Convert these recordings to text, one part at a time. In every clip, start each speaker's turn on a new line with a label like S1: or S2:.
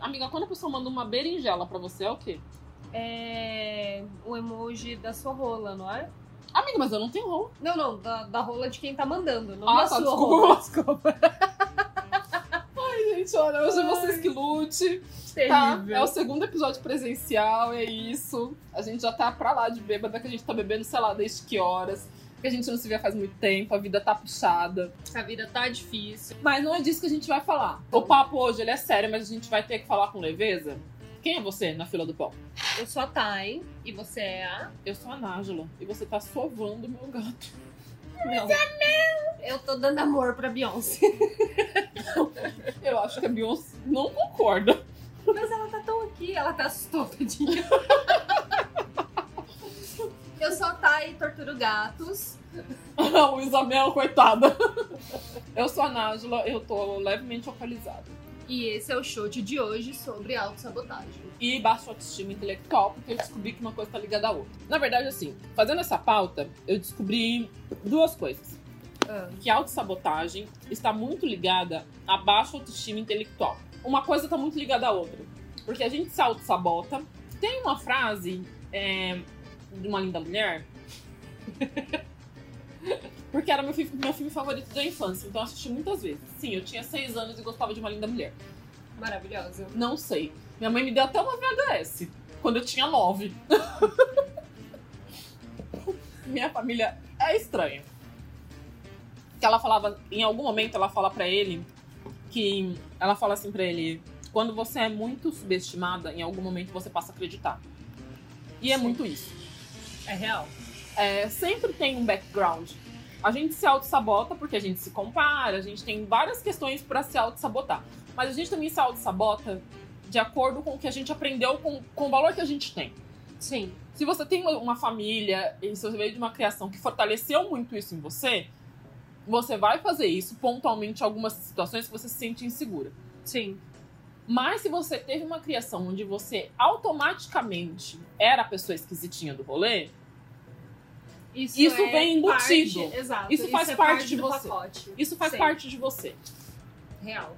S1: Amiga, quando a pessoa manda uma berinjela pra você, é o quê?
S2: É o emoji da sua rola, não é?
S1: Amiga, mas eu não tenho rolo.
S2: Não, não, da, da rola de quem tá mandando, não
S1: Ah,
S2: da
S1: tá,
S2: sua
S1: desculpa,
S2: rola.
S1: desculpa. Ai, gente, olha, hoje é vocês que lute. Tá?
S2: Terrível.
S1: É o segundo episódio presencial, é isso. A gente já tá pra lá de bêbada, que a gente tá bebendo, sei lá, desde que horas. Que a gente não se vê faz muito tempo, a vida tá puxada.
S2: A vida tá difícil.
S1: Mas não é disso que a gente vai falar. O papo hoje, ele é sério, mas a gente vai ter que falar com leveza. Quem é você na fila do pão?
S2: Eu sou a Thay e você é a.
S1: Eu sou a Nájula e você tá sovando meu gato.
S2: Não.
S1: é
S2: Eu tô dando amor pra Beyoncé.
S1: Eu acho que a Beyoncé não concorda.
S2: Mas ela tá tão aqui, ela tá assustadinha. Eu sou a Thay e torturo gatos.
S1: o Isabel, coitada. Eu sou a Nájula, eu tô levemente alcoolizada.
S2: E esse é o chute de hoje sobre autossabotagem.
S1: e baixa autoestima intelectual, porque eu descobri que uma coisa tá ligada à outra. Na verdade, assim, fazendo essa pauta, eu descobri duas coisas.
S2: Ah.
S1: Que a autossabotagem está muito ligada à baixa autoestima intelectual. Uma coisa tá muito ligada à outra. Porque a gente se autossabota. Tem uma frase é, de uma linda mulher. Porque era meu, fi- meu filme favorito da infância, então eu assisti muitas vezes. Sim, eu tinha seis anos e gostava de uma linda mulher.
S2: Maravilhosa.
S1: Não sei. Minha mãe me deu até uma VHS quando eu tinha nove. Minha família é estranha. Que ela falava, em algum momento ela fala pra ele que ela fala assim pra ele, quando você é muito subestimada, em algum momento você passa a acreditar. E é
S2: Sim.
S1: muito isso
S2: É real.
S1: é, sempre tem um background. A gente se auto-sabota porque a gente se compara, a gente tem várias questões pra se auto-sabotar. Mas a gente também se auto-sabota de acordo com o que a gente aprendeu, com, com o valor que a gente tem.
S2: Sim.
S1: Se você tem uma- uma família e se você veio de uma criação que fortaleceu muito isso em você, você vai fazer isso pontualmente em algumas situações que você se sente insegura.
S2: Sim.
S1: Mas se você teve uma criação onde você automaticamente era a pessoa esquisitinha do rolê, Isso vem embutido.
S2: é parte- exato.
S1: Isso faz
S2: é
S1: parte de
S2: do
S1: você.
S2: Pacote.
S1: isso faz
S2: Sim.
S1: parte de você.
S2: Real.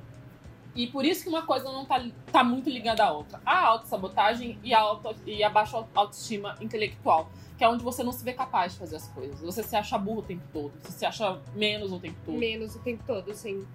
S1: E por isso que uma coisa não tá, tá muito ligada à outra. A autossabotagem e a, auto, e a baixa au- autoestima intelectual. Que é onde você não se vê capaz de fazer as coisas. Você se acha burro o tempo todo. Você se acha menos o tempo todo.
S2: Menos o tempo todo, sim.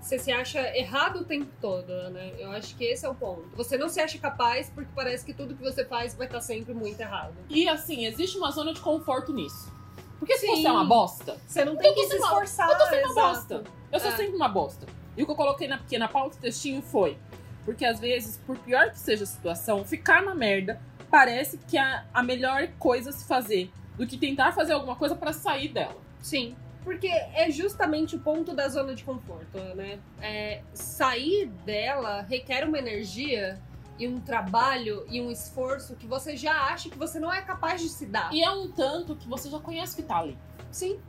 S2: Você se acha errado o tempo todo, né? Eu acho que esse é o ponto. Você não se acha capaz porque parece que tudo que você faz vai estar sempre muito errado.
S1: E assim, existe uma zona de conforto nisso. Porque se
S2: Sim.
S1: você é uma bosta,
S2: Você não tem
S1: Eu tô
S2: que se
S1: sendo uma-
S2: esforçar.
S1: eu tô sendo uma
S2: exato.
S1: bosta. Eu sou
S2: É.
S1: sempre uma bosta. E o que eu coloquei na pequena pauta do textinho foi. Porque às vezes, por pior que seja a situação, ficar na merda parece que é a melhor coisa a se fazer do que tentar fazer alguma coisa pra sair dela.
S2: Sim. Porque é justamente o ponto da zona de conforto, né? É, sair dela requer uma energia e um trabalho e um esforço que você já acha que você não é capaz de se dar.
S1: E é um tanto que você já conhece que tá ali.
S2: Sim.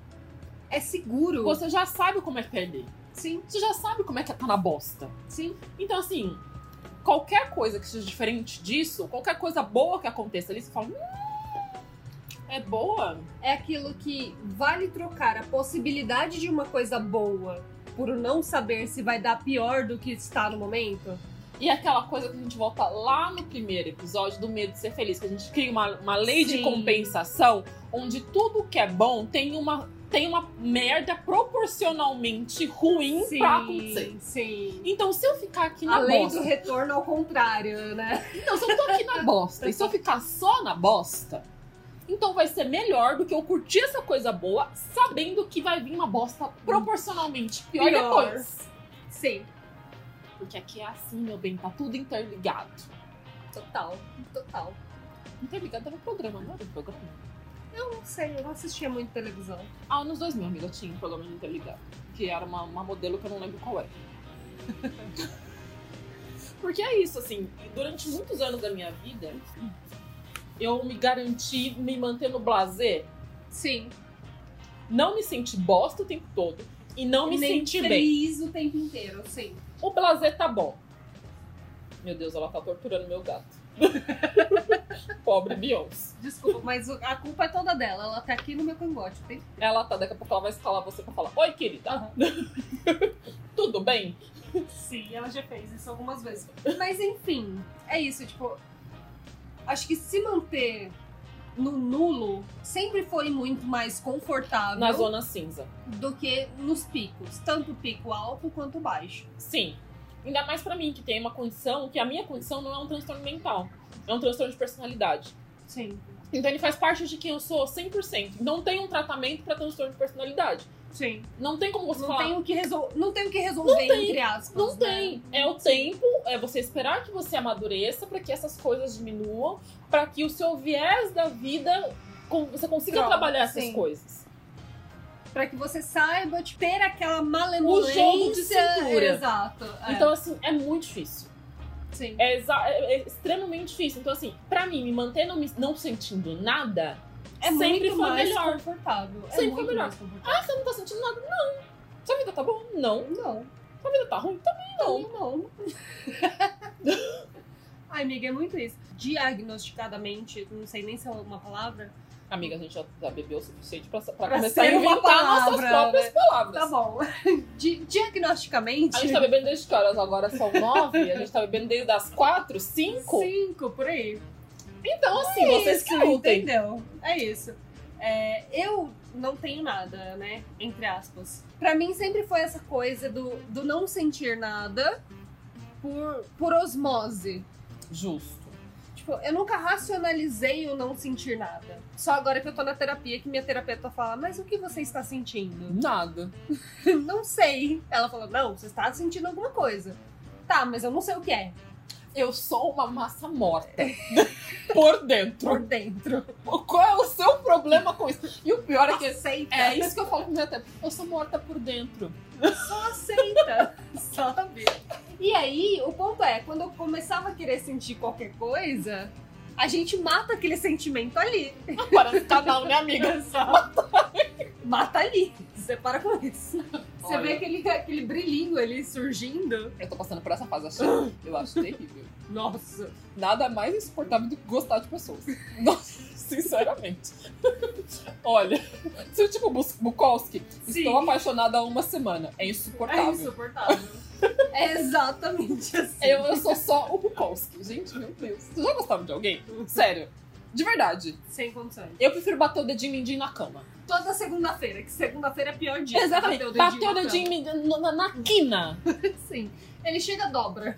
S2: É seguro.
S1: Você já sabe como é que perder.
S2: Sim,
S1: Você já sabe como é que é tá na bosta.
S2: sim.
S1: Então, assim, qualquer coisa que seja diferente disso, qualquer coisa boa que aconteça ali, você fala. "Hum, é boa?
S2: É aquilo que vale trocar a possibilidade de uma coisa boa por não saber se vai dar pior do que está no momento.
S1: E é aquela coisa que a gente volta lá no primeiro episódio do medo de ser feliz, que a gente cria uma, uma lei de
S2: Sim.
S1: compensação onde tudo que é bom tem uma, tem uma merda proporcionalmente ruim pra acontecer.
S2: sim.
S1: Então, se eu ficar aqui na
S2: A lei
S1: bosta,
S2: do retorno ao contrário, né?
S1: Então, se eu tô aqui na bosta e se eu ficar só na bosta, então vai ser melhor do que eu curtir essa coisa boa, sabendo que vai vir uma bosta proporcionalmente pior,
S2: Pior.
S1: depois.
S2: Sim,
S1: Porque aqui é assim, meu bem, tá tudo interligado.
S2: total, total.
S1: Interligado era um programa, não era um programa.
S2: Eu não sei, eu não assistia muito televisão.
S1: Ah, nos dois mil, amiga, tinha um programa de interligado. Que era uma, uma modelo que eu não lembro qual é. Porque é isso, assim, durante muitos anos da minha vida, eu me garanti me manter no blazer
S2: Sim.
S1: não me sentir bosta o tempo todo e não me
S2: Nem
S1: sentir bem.
S2: feliz o tempo inteiro, sim.
S1: O blazer tá bom. Meu Deus, ela tá torturando meu gato. Pobre Beyoncé.
S2: Desculpa, mas o- a culpa é toda dela. Ela tá aqui no meu cangote. Tem...
S1: Ela tá, daqui a pouco ela vai escalar você pra falar: Oi, querida. Tudo bem?
S3: Sim, ela já fez isso algumas vezes.
S2: Mas enfim, é isso, tipo. Acho que se manter no nulo sempre foi muito mais confortável
S1: Na zona cinza.
S2: do que nos picos, tanto o pico alto quanto baixo.
S1: Sim. Ainda mais pra mim, que tem uma condição, que a minha condição não é um transtorno mental. É um transtorno de personalidade.
S2: Sim,
S1: Então ele faz parte de quem eu sou 100%. Não tem um tratamento pra transtorno de personalidade.
S2: sim.
S1: Não tem como você
S2: Não
S1: falar.
S2: tem o que resol... não tem o que resolver
S1: tem,
S2: entre aspas.
S1: Não
S2: né?
S1: tem. É o tempo, é você esperar que você amadureça pra que essas coisas diminuam, pra que o seu viés da vida com- você consiga
S2: Troca,
S1: trabalhar essas
S2: sim.
S1: coisas.
S2: Pra que você saiba tipo, ter aquela malemolência.
S1: O jogo de cintura.
S2: Exato. é.
S1: Então, assim, é muito difícil.
S2: Sim.
S1: É, exa- é- é extremamente difícil. Então, assim, pra mim, me manter não, me- não sentindo nada,
S2: É
S1: sempre
S2: muito
S1: foi
S2: mais
S1: melhor.
S2: confortável. é
S1: Sempre foi
S2: muito
S1: melhor.
S2: mais confortável.
S1: ah, você não tá sentindo nada? Não. Sua vida tá bom? Não.
S2: Não.
S1: Sua vida tá ruim? Também não.
S2: Também não. Ai, amiga, é muito isso. Diagnosticadamente, não sei nem se é uma palavra.
S1: Amiga, a gente já, já bebeu o suficiente pra, pra
S2: Pra
S1: começar a
S2: ser uma
S1: inventar nossas
S2: palavra,
S1: próprias
S2: né?
S1: palavras.
S2: Tá bom. Di- diagnosticamente.
S1: A gente tá bebendo desde que horas? Agora são nove? A gente tá bebendo desde as quatro? Cinco?
S2: Cinco, por aí.
S1: Então, assim, vocês que
S2: Isso,
S1: lutem.
S2: Entendeu? É isso. É, eu não tenho nada, né? Entre aspas. Pra mim sempre foi essa coisa do, do não sentir nada por, por osmose.
S1: Justo.
S2: Tipo, eu nunca racionalizei o não sentir nada. Só agora que eu tô na terapia que minha terapeuta fala, mas o que você está sentindo?
S1: Nada.
S2: não sei. Ela falou, não, você está sentindo alguma coisa. Tá, mas eu não sei o que é.
S1: Eu sou uma massa morta. Por dentro.
S2: Por dentro.
S1: Qual é o seu problema com isso? E o pior é que.
S2: aceita.
S1: É isso que eu falo pro meu tempo. Eu sou morta por dentro.
S2: Só aceita. sabe? E aí, o ponto é, quando eu começava a querer sentir qualquer coisa, a gente mata aquele sentimento ali.
S1: Parece canal, né, amiga?
S2: Mata ali. Você para com isso. Você
S1: Olha.
S2: vê aquele, aquele brilhinho ali surgindo.
S1: Eu tô passando por essa fase, eu acho- eu acho terrível.
S2: Nossa.
S1: Nada mais insuportável do que gostar de pessoas. Nossa, sinceramente. Olha, se eu tipo Bus- Bukowski,
S2: Sim.
S1: estou apaixonada há uma semana. É insuportável.
S3: insuportável.
S2: É exatamente assim.
S1: Eu, eu sou só o Bukowski. Gente, meu Deus. Vocês já gostaram de alguém? Sério. De verdade.
S2: Sem condições.
S1: Eu prefiro bater o dedinho mindinho na cama.
S2: Toda segunda-feira, que segunda-feira é pior dia.
S1: Exatamente. Bater o dedinho mindinho na, na- na quina.
S2: Sim. Ele chega dobra.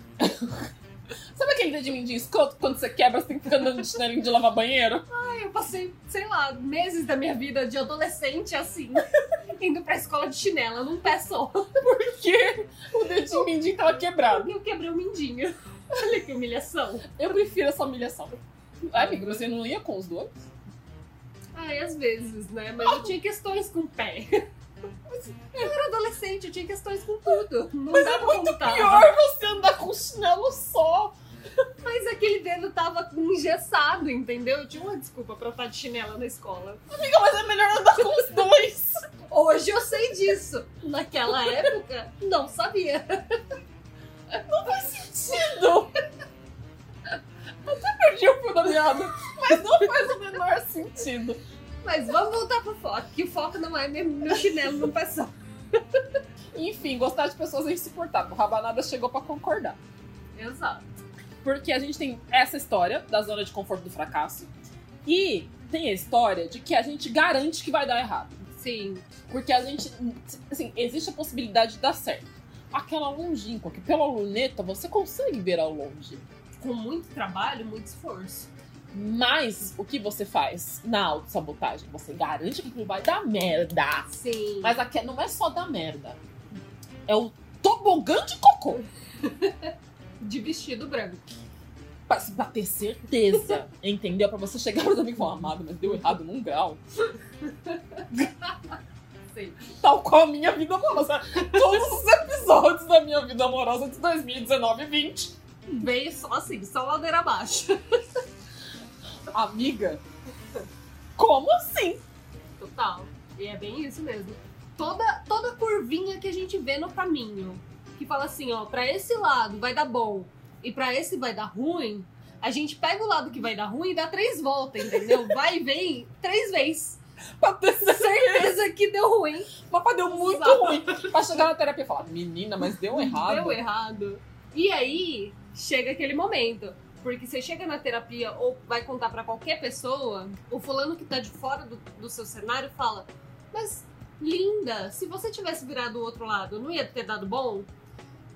S1: Sabe aquele dedinho mindinho escroto que quando você quebra, você tem que ficar andando de chinelinho de lavar banheiro?
S2: Ai, eu passei, sei lá, meses da minha vida de adolescente assim, indo pra escola de chinela, num pé só.
S1: Porque o dedinho mindinho tava quebrado.
S2: E eu quebrei o mindinho. Olha que humilhação.
S1: Eu prefiro essa humilhação. Ai, amigo, você não ia com os dois?
S2: Ai, às vezes, né? Mas eu tinha questões com o pé. Eu era adolescente, eu tinha questões com tudo. Não Mas é dá pra contar.
S1: Pior você andar com chinelo só.
S2: Mas aquele dedo tava engessado, entendeu? Eu tinha uma desculpa pra eu estar de chinela na escola.
S1: Amiga, mas é melhor andar com os dois.
S2: Hoje eu sei disso. Naquela época, não sabia.
S1: sentido. Até perdi o fio da meada, mas não faz o menor sentido.
S2: Mas vamos voltar pro foco, que o foco não é meu- meu chinelo no pé só.
S1: Enfim, gostar de pessoas é insuportável. Rabanada chegou pra concordar.
S2: Exato.
S1: Porque a gente tem essa história da zona de conforto do fracasso e tem a história de que a gente garante que vai dar errado.
S2: Sim.
S1: Porque a gente, assim, existe a possibilidade de dar certo. Aquela longínqua, que pela luneta você consegue ver ao longe.
S2: Com muito trabalho, muito esforço.
S1: Mas o que você faz na autossabotagem? Você garante que aquilo vai dar merda.
S2: Sim.
S1: Mas aqui não é só da merda. É o tobogã de cocô.
S2: de vestido branco.
S1: Pra se bater certeza. entendeu? Pra você chegar pros amigos e falar, amado, mas deu errado num grau.
S2: Sim.
S1: Tal qual a minha vida amorosa. Todos os episódios da minha vida amorosa de 2019 e 20.
S2: Veio só assim, só ladeira abaixo.
S1: Amiga, como assim?
S2: Total. E é bem isso mesmo. Toda, toda curvinha que a gente vê no caminho, que fala assim, ó, pra esse lado vai dar bom e pra esse vai dar ruim, a gente pega o lado que vai dar ruim e dá três voltas, entendeu? Vai e vem três vezes.
S1: Pra ter certeza.
S2: Certeza que deu ruim.
S1: Mas pra deu muito
S2: Exato.
S1: ruim. Pra chegar na terapia e falar, menina, mas deu errado.
S2: Deu errado. E aí, chega aquele momento. Porque você chega na terapia ou vai contar pra qualquer pessoa, o fulano que tá de fora do, do seu cenário fala: Mas, linda, se você tivesse virado o outro lado, não ia ter dado bom?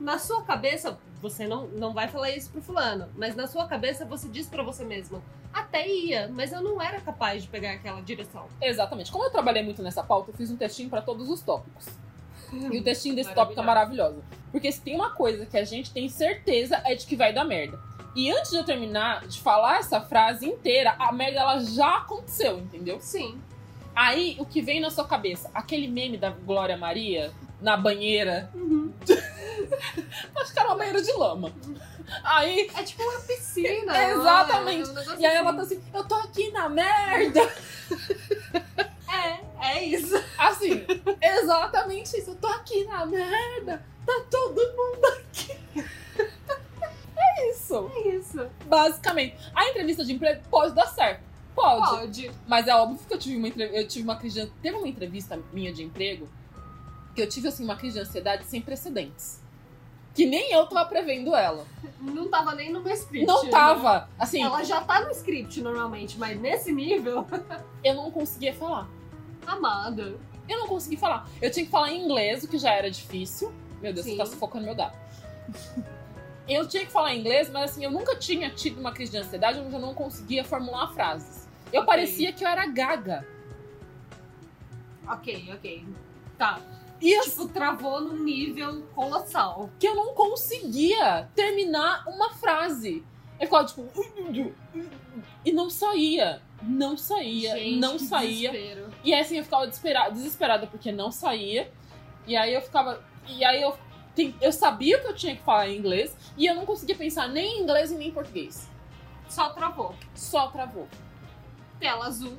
S2: Na sua cabeça, você não, não vai falar isso pro fulano, mas na sua cabeça você diz pra você mesma: Até ia, mas eu não era capaz de pegar aquela direção.
S1: Exatamente. Como eu trabalhei muito nessa pauta, eu fiz um textinho pra todos os tópicos. E o textinho desse
S2: Maravilhoso.
S1: tópico é maravilhoso. Porque se tem uma coisa que a gente tem certeza é de que vai dar merda. E antes de eu terminar de falar essa frase inteira, a merda ela já aconteceu, entendeu?
S2: Sim.
S1: Aí o que vem na sua cabeça? Aquele meme da Glória Maria na banheira. Acho que era uma banheira de lama. Aí,
S2: É tipo uma piscina.
S1: Exatamente.
S2: é um negócio
S1: e aí ela
S2: assim.
S1: tá assim, eu tô aqui na merda.
S2: É, é isso.
S1: Assim, exatamente isso. Eu tô aqui na merda. Tá todo mundo aqui. É isso.
S2: É isso.
S1: Basicamente. A entrevista de emprego pode dar certo. Pode.
S2: Pode.
S1: Mas é óbvio que eu tive uma entrevista. Eu tive uma crise de, Teve uma entrevista minha de emprego que eu tive assim, uma crise de ansiedade sem precedentes. Que nem eu tava prevendo ela.
S2: Não tava nem no meu script.
S1: Não
S2: né?
S1: tava. Assim,
S2: Ela já tá no script normalmente, mas nesse nível,
S1: eu não conseguia falar.
S2: amada.
S1: Eu não consegui falar. Eu tinha que falar em inglês, o que já era difícil. Meu Deus,
S2: Sim.
S1: você tá sufocando meu gato. Eu tinha que falar em inglês, mas assim, eu nunca tinha tido uma crise de ansiedade onde eu não conseguia formular frases. Eu
S2: Ok.
S1: parecia que eu era gaga.
S2: Ok, ok. Tá.
S1: E assim,
S2: Tipo, travou num nível colossal.
S1: que eu não conseguia terminar uma frase. Eu ficava tipo. E não saía. Não saía.
S2: Gente,
S1: não
S2: que
S1: saía.
S2: desespero.
S1: E aí, assim, eu ficava desespera- desesperada porque não saía. E aí eu ficava. E aí eu. tem- Eu sabia que eu tinha que falar em inglês e eu não conseguia pensar nem em inglês e nem em português.
S2: Só travou.
S1: Só travou.
S2: Tela azul,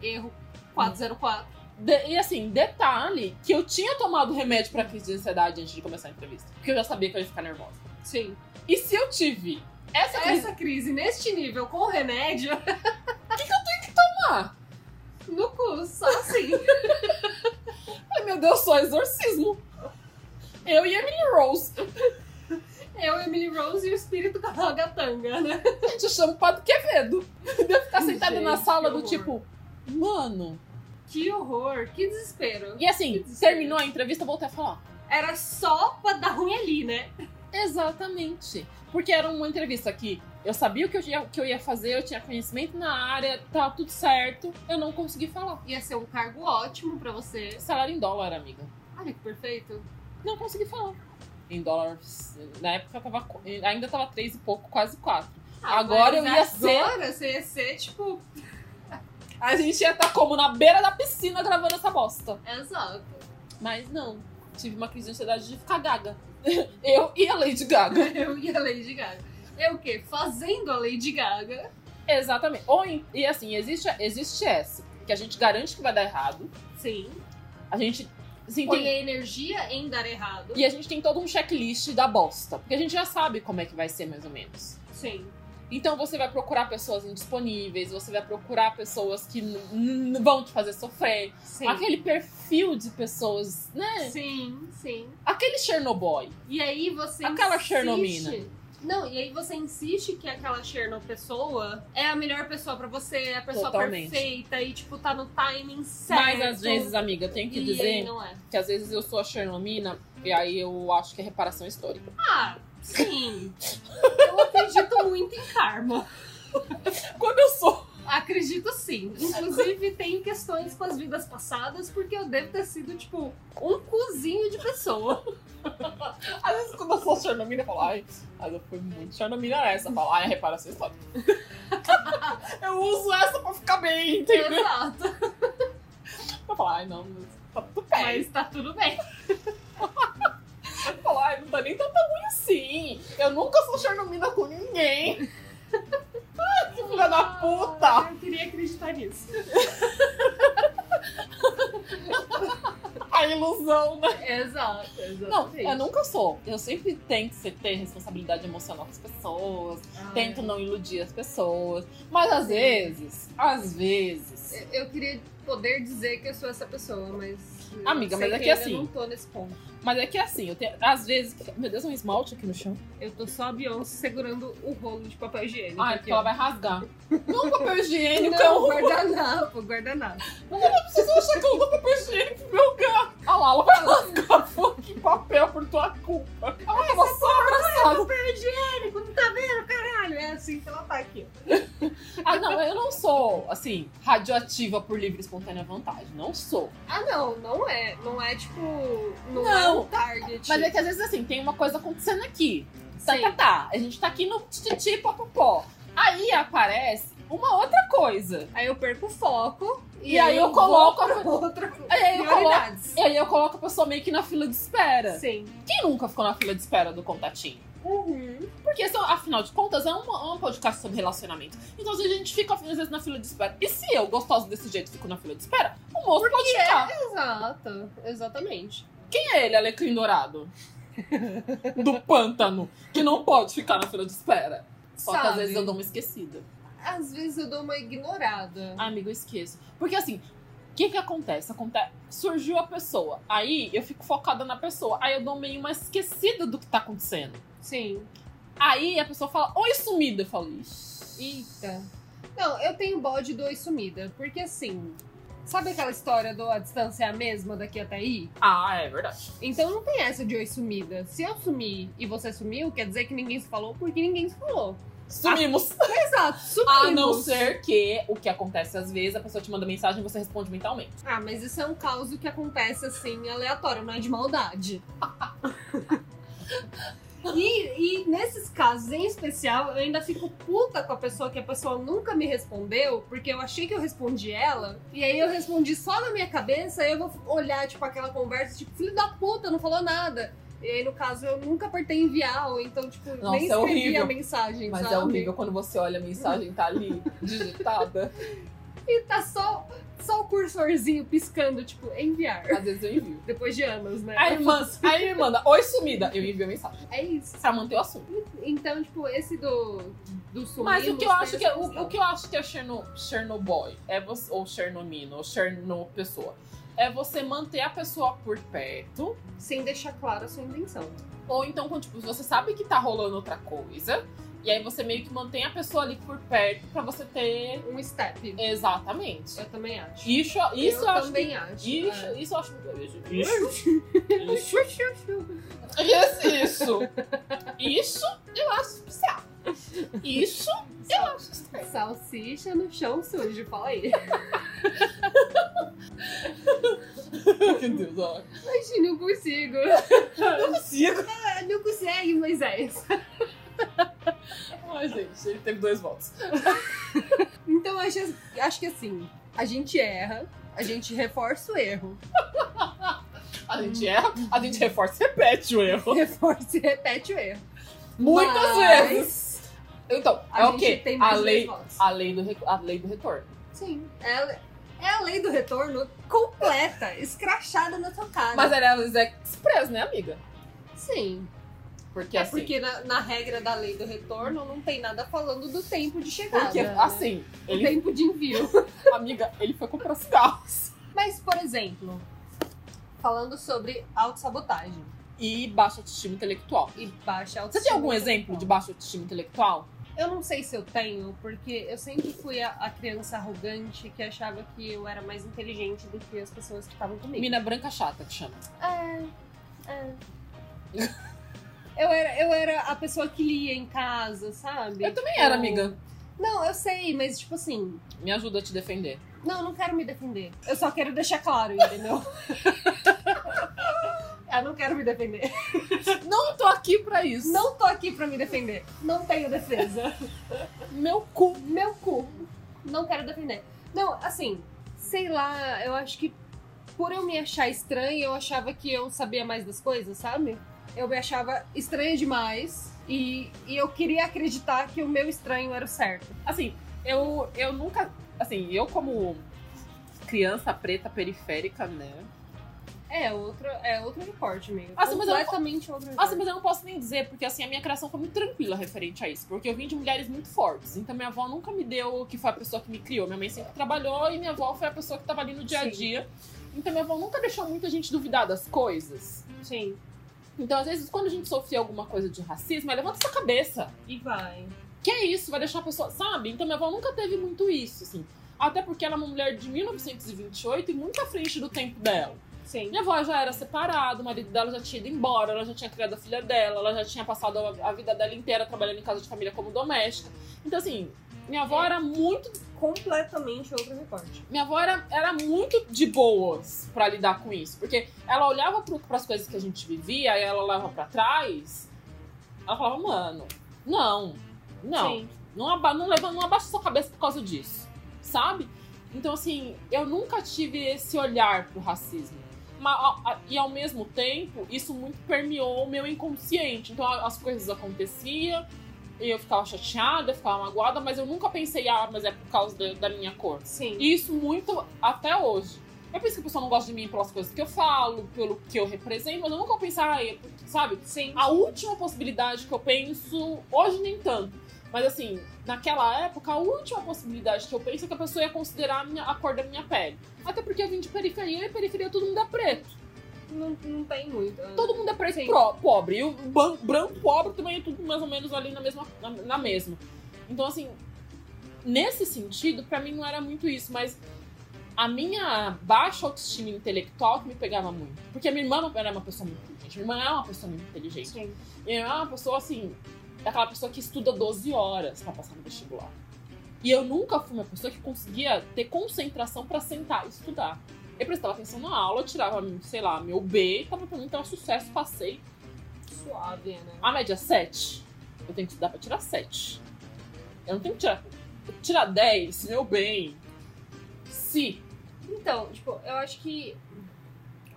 S2: erro 404.
S1: De- e assim, detalhe que eu tinha tomado remédio pra crise de ansiedade antes de começar a entrevista. Porque eu já sabia que eu ia ficar nervosa.
S2: Sim.
S1: E se eu tive essa crise
S2: Essa crise neste nível com remédio,
S1: tomar?
S2: no cu, só assim.
S1: Ai meu Deus, só exorcismo. Eu e Emily Rose.
S2: Eu, Emily Rose e o espírito Gatanga, né?
S1: A gente chama o Padre Quevedo. Deu ficar sentada
S2: Gente,
S1: na sala
S2: que
S1: do
S2: horror.
S1: tipo, mano.
S2: Que horror, que desespero.
S1: E assim, terminou a entrevista, eu voltei a falar.
S2: Era só pra dar ruim ali, né?
S1: Exatamente. Porque era uma entrevista que eu sabia o que eu ia, que eu ia fazer, eu tinha conhecimento na área, tá tudo certo. Eu não consegui falar.
S2: Ia ser um cargo ótimo pra você.
S1: Salário em dólar, amiga.
S2: Olha que perfeito.
S1: Não consegui falar. Em dólar, na época eu tava, co- ainda tava três e pouco, quase quatro.
S2: Ah,
S1: Agora eu ia ser-
S2: Agora você ia ser, tipo,
S1: A gente ia estar como? Na beira da piscina gravando essa bosta.
S2: exato.
S1: Mas não. Tive uma crise de ansiedade de ficar gaga. Eu e a Lady Gaga.
S2: Eu e a Lady Gaga. Eu o quê? Fazendo a Lady Gaga.
S1: Exatamente. Ou, em- e assim, existe, existe essa, que a gente garante que vai dar errado.
S2: Sim.
S1: A gente. Assim,
S2: Põe
S1: tem-
S2: a energia em dar errado.
S1: e a gente tem todo um checklist da bosta. Porque a gente já sabe como é que vai ser, mais ou menos.
S2: Sim.
S1: Então você vai procurar pessoas indisponíveis, você vai procurar pessoas que n- n- vão te fazer sofrer.
S2: Sim.
S1: Aquele perfil de pessoas, né?
S2: Sim, sim.
S1: Aquele Chernobyl.
S2: E aí você
S1: Aquela
S2: insiste...
S1: Chernobina.
S2: Não, e aí você insiste que aquela Cherno pessoa é a melhor pessoa pra você, é a pessoa
S1: Totalmente.
S2: perfeita e, tipo, tá no timing certo.
S1: Mas às vezes, amiga, eu tenho que
S2: e aí
S1: dizer
S2: não é.
S1: que às vezes eu sou a Chernomina e aí eu acho que é reparação histórica.
S2: Ah, sim. Eu acredito muito em karma.
S1: Quando eu sou.
S2: Acredito sim. Inclusive, tem questões com as vidas passadas, porque eu devo ter sido, tipo, um cozinho de pessoa.
S1: Às vezes quando eu sou a Chernomina, eu falo, ai, mas eu fui muito Chernomina nessa. Eu falo, ai, é reparação histórica. eu uso essa pra ficar bem, entendeu?
S2: Exato.
S1: Eu falo, ai, não, mas tá tudo bem.
S2: Mas tá tudo bem.
S1: falar, "Ai, não tá nem tão ruim assim. Eu nunca sou charnomina com ninguém. Ai, que filha da puta!
S2: Ah, Eu queria acreditar nisso.
S1: A ilusão. cuzão, né?
S2: Exato,
S1: Não,
S2: exatamente.
S1: eu nunca sou. Eu sempre tento ser- ter responsabilidade emocional com as pessoas,
S2: Ah,
S1: tento não iludir as pessoas. Mas às vezes, às vezes.
S2: Eu queria poder dizer que eu sou essa pessoa, mas. eu
S1: Amiga,
S2: sei
S1: mas é que
S2: ainda
S1: assim-
S2: Eu não tô nesse ponto.
S1: Mas é que assim, eu tenho. Às vezes. Meu Deus, um esmalte aqui no chão.
S2: Eu tô só a Beyoncé segurando o rolo de papel higiênico.
S1: Ai, Ah, é porque ela vai rasgar. Não um papel higiênico, é
S2: Não,
S1: um.
S2: guardanapo, guardanapo.
S1: Vocês vão achar que eu dou papel higiênico pro meu gato. Olha Ah lá, ela vai rasgar fuck de papel por tua culpa. Ela tava só abraçada.
S2: Higiênico, tu tá vendo, caralho? É assim que ela tá aqui.
S1: Ah, não, eu não sou, assim, radioativa por livre e espontânea vontade. Não sou.
S2: Ah, não, não é. Não é tipo. Não,
S1: Não.
S2: é um target.
S1: Mas é que às vezes, assim, tem uma coisa acontecendo aqui. Tá,
S2: Sim.
S1: tá, tá. A gente tá aqui no tititi, popopó. Aí aparece uma outra coisa.
S2: Aí eu perco o foco.
S1: E aí eu coloco a-
S2: a outra. É,
S1: Aí eu coloco,
S2: Prioridades.
S1: e aí eu coloco a pessoa meio que na fila de espera.
S2: Sim.
S1: Quem nunca ficou na fila de espera do contatinho?
S2: Uhum.
S1: Porque, isso, afinal de contas, é um, é um podcast sobre relacionamento. Então, às vezes, a gente fica, às vezes, na fila de espera. E se eu, gostosa desse jeito, fico na fila de espera, o moço pode ficar.
S2: Exato, exatamente.
S1: Quem é ele, alecrim dourado? do pântano, que não pode ficar na fila de espera. Só que, às
S2: Sabe?
S1: vezes, eu dou um- uma esquecida.
S2: Às vezes eu dou uma ignorada.
S1: Ah, Amigo, eu esqueço. Porque assim, o que que acontece? Aconte- Surgiu a pessoa, aí eu fico focada na pessoa, aí eu dou meio uma esquecida do que tá acontecendo.
S2: Sim.
S1: Aí a pessoa fala, oi sumida. Eu falo, ixi.
S2: Eita. Não, eu tenho bode do Oi Sumida, porque assim. Sabe aquela história do a distância é a mesma daqui até aí?
S1: Ah, é verdade.
S2: Então não tem essa de oi sumida. Se eu sumir e você sumiu, quer dizer que ninguém se falou porque ninguém se falou.
S1: Sumimos.
S2: Exato, sumimos.
S1: Ah, A não ser que o que acontece às vezes, a pessoa te manda mensagem e você responde mentalmente.
S2: Ah, mas isso é um caso que acontece assim, aleatório, não é de maldade. e, e nesses casos em especial, eu ainda fico puta com a pessoa que a pessoa nunca me respondeu, porque eu achei que eu respondi ela, e aí eu respondi só na minha cabeça, e eu vou olhar, tipo, aquela conversa, tipo, filho da puta, não falou nada. E aí, no caso, eu nunca apertei enviar, ou então, tipo,
S1: Nossa,
S2: nem
S1: é
S2: escrevi
S1: horrível.
S2: a mensagem,
S1: Mas
S2: sabe?
S1: é horrível quando você olha a mensagem tá ali digitada.
S2: E tá só, só o cursorzinho piscando, tipo, enviar.
S1: Às vezes eu envio.
S2: Depois de anos, né?
S1: Aí, irmã, aí me manda, oi sumida. Eu envio a mensagem.
S2: É isso.
S1: Pra manter o assunto.
S2: Então, tipo, esse do, do sumimos...
S1: Mas o que eu
S2: tem
S1: acho que é,
S2: essa
S1: o,
S2: questão.
S1: o que eu acho que é Cherno, Chernobyl, é você, ou Chernomino, ou Cherno pessoa, é você manter a pessoa por perto,
S2: Sem deixar clara a sua intenção.
S1: ou então quando tipo, você sabe que tá rolando outra coisa, e aí você meio que mantém a pessoa ali por perto pra você ter
S2: Um step.
S1: exatamente.
S2: Eu também acho.
S1: Isso, isso
S2: eu,
S1: eu, acho que
S2: também acho.
S1: isso,
S2: é.
S1: isso eu acho muito isso. Isso. Isso, isso. Isso eu acho bizarro. Isso eu acho estranho.
S2: Salsicha no chão sujo, fala aí.
S1: Meu Deus, ó.
S2: Imagina, eu consigo.
S1: Eu consigo.
S2: Ah, Não consegue, Moisés.
S1: Ai, gente, ele teve dois votos.
S2: Então, eu acho, acho que assim, a gente erra, a gente reforça o erro. Hum.
S1: A gente erra, a gente reforça e repete o erro.
S2: Reforça e repete o erro.
S1: Oh. Muitas
S2: Mas
S1: vezes. Então,
S2: A
S1: é o
S2: gente
S1: quê?
S2: tem mais
S1: A lei,
S2: dois votos.
S1: a, lei do, recu- a lei do retorno.
S2: Sim. É a, é a lei do retorno completa, escrachada na sua cara.
S1: Mas ela às vezes é express, né, amiga?
S2: Sim.
S1: Porque
S2: é
S1: assim.
S2: porque na, na regra da lei do retorno não tem nada falando do tempo de chegada.
S1: porque,
S2: né?
S1: assim,
S2: O
S1: ele,
S2: tempo de envio.
S1: amiga, ele foi comprar os carros.
S2: Mas, por exemplo, falando sobre autossabotagem
S1: E baixa autoestima intelectual.
S2: e baixa autoestima.
S1: Você tem algum exemplo de baixa autoestima intelectual?
S2: Eu não sei se eu tenho, porque eu sempre fui a, a criança arrogante que achava que eu era mais inteligente do que as pessoas que estavam comigo.
S1: Mina branca chata que chama.
S2: Eu era, eu era a pessoa que lia em casa, sabe?
S1: Eu também era,
S2: Tipo,
S1: amiga.
S2: Não, eu sei, mas tipo assim,
S1: Me ajuda a te defender.
S2: Não, eu não quero me defender. Eu só quero deixar claro, entendeu? eu não quero me defender.
S1: Não tô aqui pra isso.
S2: Não tô aqui pra me defender. Não tenho defesa.
S1: Meu cu.
S2: Meu cu. Não quero defender. Não, assim, sei lá, eu acho que por eu me achar estranha, eu achava que eu sabia mais das coisas, sabe? Eu me achava estranha demais e, e eu queria acreditar que o meu estranho era o certo.
S1: assim, eu, eu nunca. Assim, eu como criança preta periférica, né?
S2: É outro, é outro recorte, amigo.
S1: Nossa, mas eu não-
S2: Completamente outro
S1: Nossa,
S2: recorte.
S1: mas eu não posso nem dizer, porque assim, a minha criação foi muito tranquila referente a isso. Porque eu vim de mulheres muito fortes. Então minha avó nunca me deu, que foi a pessoa que me criou. Minha mãe sempre trabalhou e minha avó foi a pessoa que tava ali no dia a
S2: Sim.
S1: dia. Então minha avó nunca deixou muita gente duvidar das coisas.
S2: Sim.
S1: Então, às vezes, quando a gente sofria alguma coisa de racismo, é, levanta sua cabeça.
S2: E vai.
S1: que é isso, vai deixar a pessoa, sabe? Então minha avó nunca teve muito isso, assim. Até porque ela é uma mulher de 1928 e muito à frente do tempo dela.
S2: Sim.
S1: Minha avó já era separada, o marido dela já tinha ido embora, ela já tinha criado a filha dela, ela já tinha passado a a vida dela inteira trabalhando em casa de família como doméstica. Então, assim, minha avó era muito.
S2: Completamente outro recorte.
S1: Minha avó era, era muito de boas pra lidar com isso. Porque ela olhava para as coisas que a gente vivia, e ela olhava pra trás, ela falava, mano, não, não.
S2: Sim.
S1: Não, aba não, leva, não abaixa sua cabeça por causa disso, sabe? Então, assim, eu nunca tive esse olhar pro racismo. Ma- a- a- e ao mesmo tempo, isso muito permeou o meu inconsciente. Então, a- as coisas aconteciam, e eu ficava chateada, eu ficava magoada, mas eu nunca pensei, ah, mas é por causa da- da minha cor.
S2: Sim.
S1: E isso muito até hoje. É por isso que o pessoal não gosta de mim pelas coisas que eu falo, pelo que eu represento, mas eu nunca pensei, ah, é porque", sabe?
S2: Sim.
S1: A última possibilidade que eu penso, hoje nem tanto, mas assim, naquela época, a última possibilidade que eu penso é que a pessoa ia considerar a, minha- a cor da minha pele. Até porque eu vim de periferia e periferia todo mundo é preto.
S2: Não, não tem muito.
S1: Todo mundo é preto
S2: Sim.
S1: pro- pobre. E o ban- branco pobre também é tudo mais ou menos ali na mesma. Na, na mesma. Então, assim, nesse sentido, pra mim não era muito isso, mas a minha baixa autoestima intelectual que me pegava muito. Porque a minha irmã era uma pessoa muito inteligente. Minha irmã é uma pessoa muito inteligente.
S2: Sim.
S1: Eu era uma pessoa assim, aquela pessoa que estuda 12 horas pra passar no vestibular. E eu nunca fui uma pessoa que conseguia ter concentração pra sentar e estudar. Eu prestava atenção na aula, eu tirava, sei lá, meu B, tava pra mim, tava sucesso, passei.
S2: Suave, né?
S1: A média é 7. Eu tenho que estudar pra tirar 7. Eu não tenho que tirar. Tirar 10, meu bem. Se.
S2: Então, tipo, eu acho que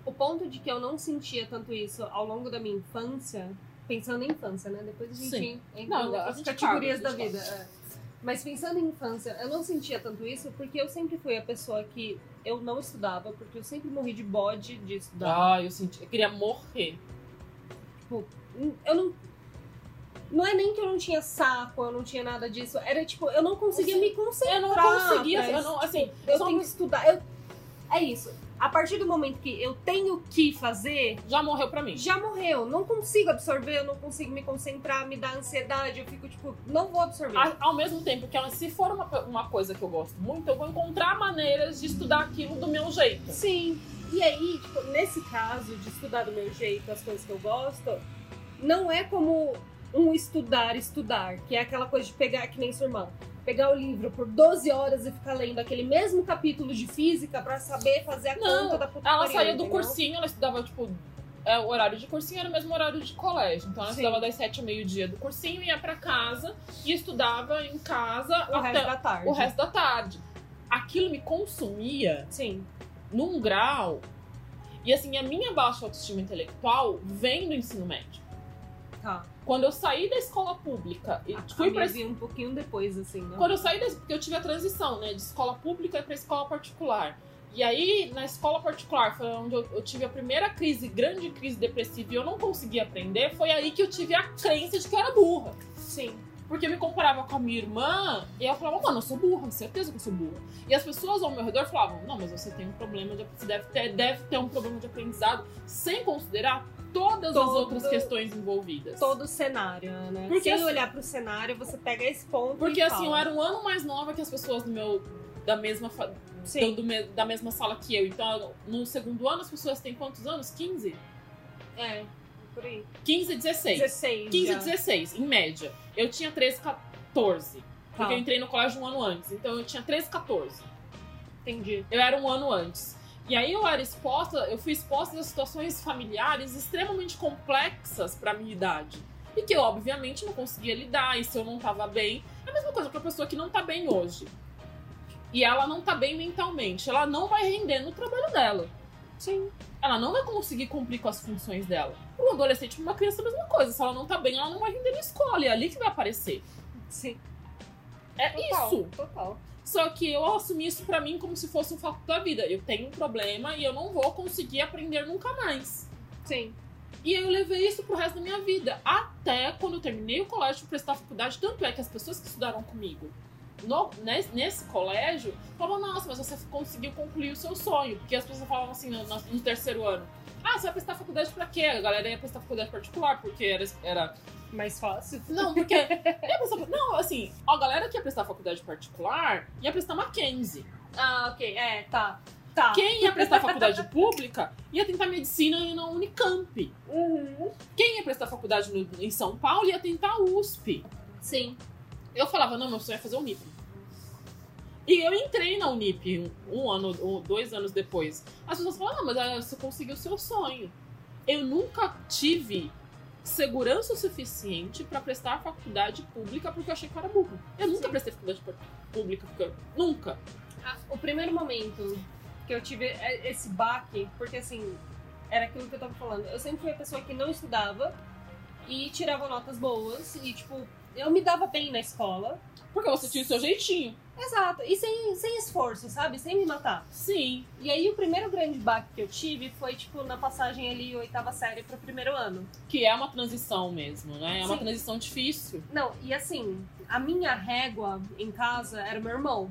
S2: o ponto de que eu não sentia tanto isso ao longo da minha infância, pensando em infância, né? Depois a gente
S1: Sim.
S2: entra
S1: Não,
S2: em
S1: a
S2: outras
S1: gente
S2: categorias
S1: fala, a
S2: da
S1: gente
S2: vida. é. Mas pensando em infância, eu não sentia tanto isso porque eu sempre fui a pessoa que eu não estudava, porque eu sempre morri de bode de estudar.
S1: Ah, eu senti. Eu queria morrer.
S2: Eu não. Não é nem que eu não tinha saco, eu não tinha nada disso. Era tipo, eu não conseguia
S1: Você-
S2: me concentrar.
S1: Eu não conseguia.
S2: pra
S1: Eu não, assim,
S2: é Eu
S1: só-
S2: tenho que estudar. eu- É isso. A partir do momento que eu tenho que fazer,
S1: já morreu pra mim.
S2: já morreu. Não consigo absorver, eu não consigo me concentrar, me dá ansiedade. Eu fico tipo, não vou absorver.
S1: A- ao mesmo tempo que ela, se for uma, uma coisa que eu gosto muito, eu vou encontrar maneiras de estudar aquilo do meu jeito.
S2: Sim. E aí, tipo, nesse caso de estudar do meu jeito as coisas que eu gosto, não é como um estudar, estudar, que é aquela coisa de pegar, que nem sua irmã, pegar o livro por 12 horas e ficar lendo aquele mesmo capítulo de física pra saber fazer a
S1: Não,
S2: conta da puta
S1: Ela
S2: que pariu,
S1: saía do
S2: entendeu?
S1: cursinho, ela estudava, tipo, é, o horário de cursinho era o mesmo horário de colégio. Então ela
S2: Sim.
S1: estudava das sete ao meio-dia do cursinho, ia pra casa e estudava em casa
S2: o resto
S1: até
S2: da tarde.
S1: o resto da tarde. Aquilo me consumia
S2: Sim,
S1: num grau. E assim, a minha baixa autoestima intelectual vem do ensino médio.
S2: tá.
S1: Quando eu saí da escola pública e fui pra
S2: vir um pouquinho depois, assim, né?
S1: Quando eu saí, da, porque eu tive a transição, né, de escola pública para escola particular. E aí, na escola particular, foi onde eu, eu tive a primeira crise, grande crise depressiva, e eu não conseguia aprender. Foi aí que eu tive a crença de que eu era burra.
S2: Sim,
S1: Porque eu me comparava com a minha irmã, e ela falava, mano, eu sou burra, certeza que eu sou burra. E as pessoas ao meu redor falavam, não, mas você tem um problema, de, você deve ter, deve ter um problema de aprendizado, sem considerar todas as
S2: Todo-
S1: outras questões envolvidas.
S2: todo o cenário, né?
S1: Porque,
S2: Sem
S1: assim-
S2: olhar pro cenário, você pega esse ponto
S1: Porque
S2: e
S1: assim, eu
S2: fala.
S1: era um ano mais nova que as pessoas do meu, da mesma, fa-
S2: Sim,
S1: do- do me- da mesma sala que eu. Então, no segundo ano, as pessoas têm quantos anos? 15?
S2: é, por aí.
S1: 15 e 16.
S2: 16.
S1: 15 e
S2: já.
S1: 16, em média. Eu tinha 13, 14. Porque
S2: Tá.
S1: eu entrei no colégio um ano antes. Então, eu tinha 13, 14.
S2: Entendi.
S1: Eu era um ano antes. E aí eu era exposta, eu fui exposta a situações familiares extremamente complexas pra minha idade. E que eu, obviamente, não conseguia lidar, e se eu não tava bem. É a mesma coisa que a pessoa que não tá bem hoje. E ela não tá bem mentalmente. Ela não vai render no trabalho dela.
S2: Sim.
S1: Ela não vai conseguir cumprir com as funções dela. Um adolescente, pra uma criança, é a mesma coisa. Se ela não tá bem, ela não vai render na escola. E é ali que vai aparecer.
S2: Sim.
S1: É
S2: Total,
S1: isso.
S2: Total.
S1: Só que eu assumi isso pra mim como se fosse um fato da vida. Eu tenho um problema e eu não vou conseguir aprender nunca mais.
S2: Sim.
S1: E eu levei isso pro resto da minha vida. Até quando eu terminei o colégio fui prestar faculdade, tanto é que as pessoas que estudaram comigo no- nes- nesse, colégio falavam, nossa, mas você conseguiu concluir o seu sonho. Porque as pessoas falavam assim no, no terceiro ano. Ah, você vai prestar faculdade pra quê? A galera ia prestar faculdade particular, porque era, era
S2: Mais fácil.
S1: não, porque. ia prestar- não, assim, a galera que ia prestar faculdade particular ia prestar Mackenzie.
S2: Ah, ok. É, tá. Tá.
S1: Quem ia prestar faculdade pública ia tentar medicina na Unicamp.
S2: Uhum.
S1: Quem ia prestar faculdade no- em São Paulo ia tentar USP.
S2: Sim.
S1: Eu falava, não, meu sonho é fazer Unip. E eu entrei na Unip um- um ano, ou dois anos depois. As pessoas falam, ah, mas ah, você conseguiu o seu sonho. Eu nunca tive segurança o suficiente pra prestar faculdade pública porque eu achei que eu era burro. Eu nunca
S2: Sim.
S1: prestei faculdade pu- pública porque eu... Nunca.
S2: Ah, o primeiro momento que eu tive é- esse baque, porque assim, era aquilo que eu tava falando. Eu sempre fui a pessoa que não estudava e tirava notas boas e, tipo, eu me dava bem na escola.
S1: Porque você tinha o seu jeitinho.
S2: Exato. E sem, sem esforço, sabe? Sem me matar.
S1: Sim.
S2: E aí o primeiro grande baque que eu tive foi, tipo, na passagem ali, oitava série pro primeiro ano.
S1: Que é uma transição mesmo, né? É uma
S2: Sim.
S1: transição difícil.
S2: Não, e assim, a minha régua em casa era o meu irmão.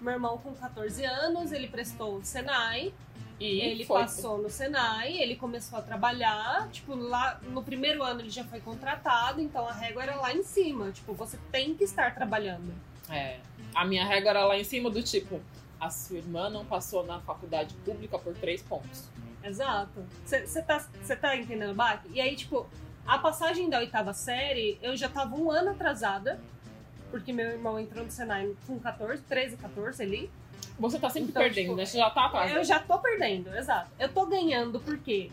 S2: Meu irmão com 14 anos, ele prestou Senai,
S1: E
S2: ele
S1: foi.
S2: passou no Senai, ele começou a trabalhar, tipo, lá no primeiro ano ele já foi contratado, então a régua era lá em cima, tipo, você tem que estar trabalhando.
S1: É, a minha regra era lá em cima do tipo, a sua irmã não passou na faculdade pública por três pontos.
S2: Exato. Você tá, cê tá entendendo, Bach? E aí, tipo, a passagem da oitava série, eu já tava um ano atrasada, porque meu irmão entrou no Senai com 14, 13, 14 ali.
S1: Você tá sempre
S2: Então,
S1: perdendo,
S2: tipo,
S1: né? Você já tá atrás.
S2: Eu já tô perdendo, exato. Eu tô ganhando porque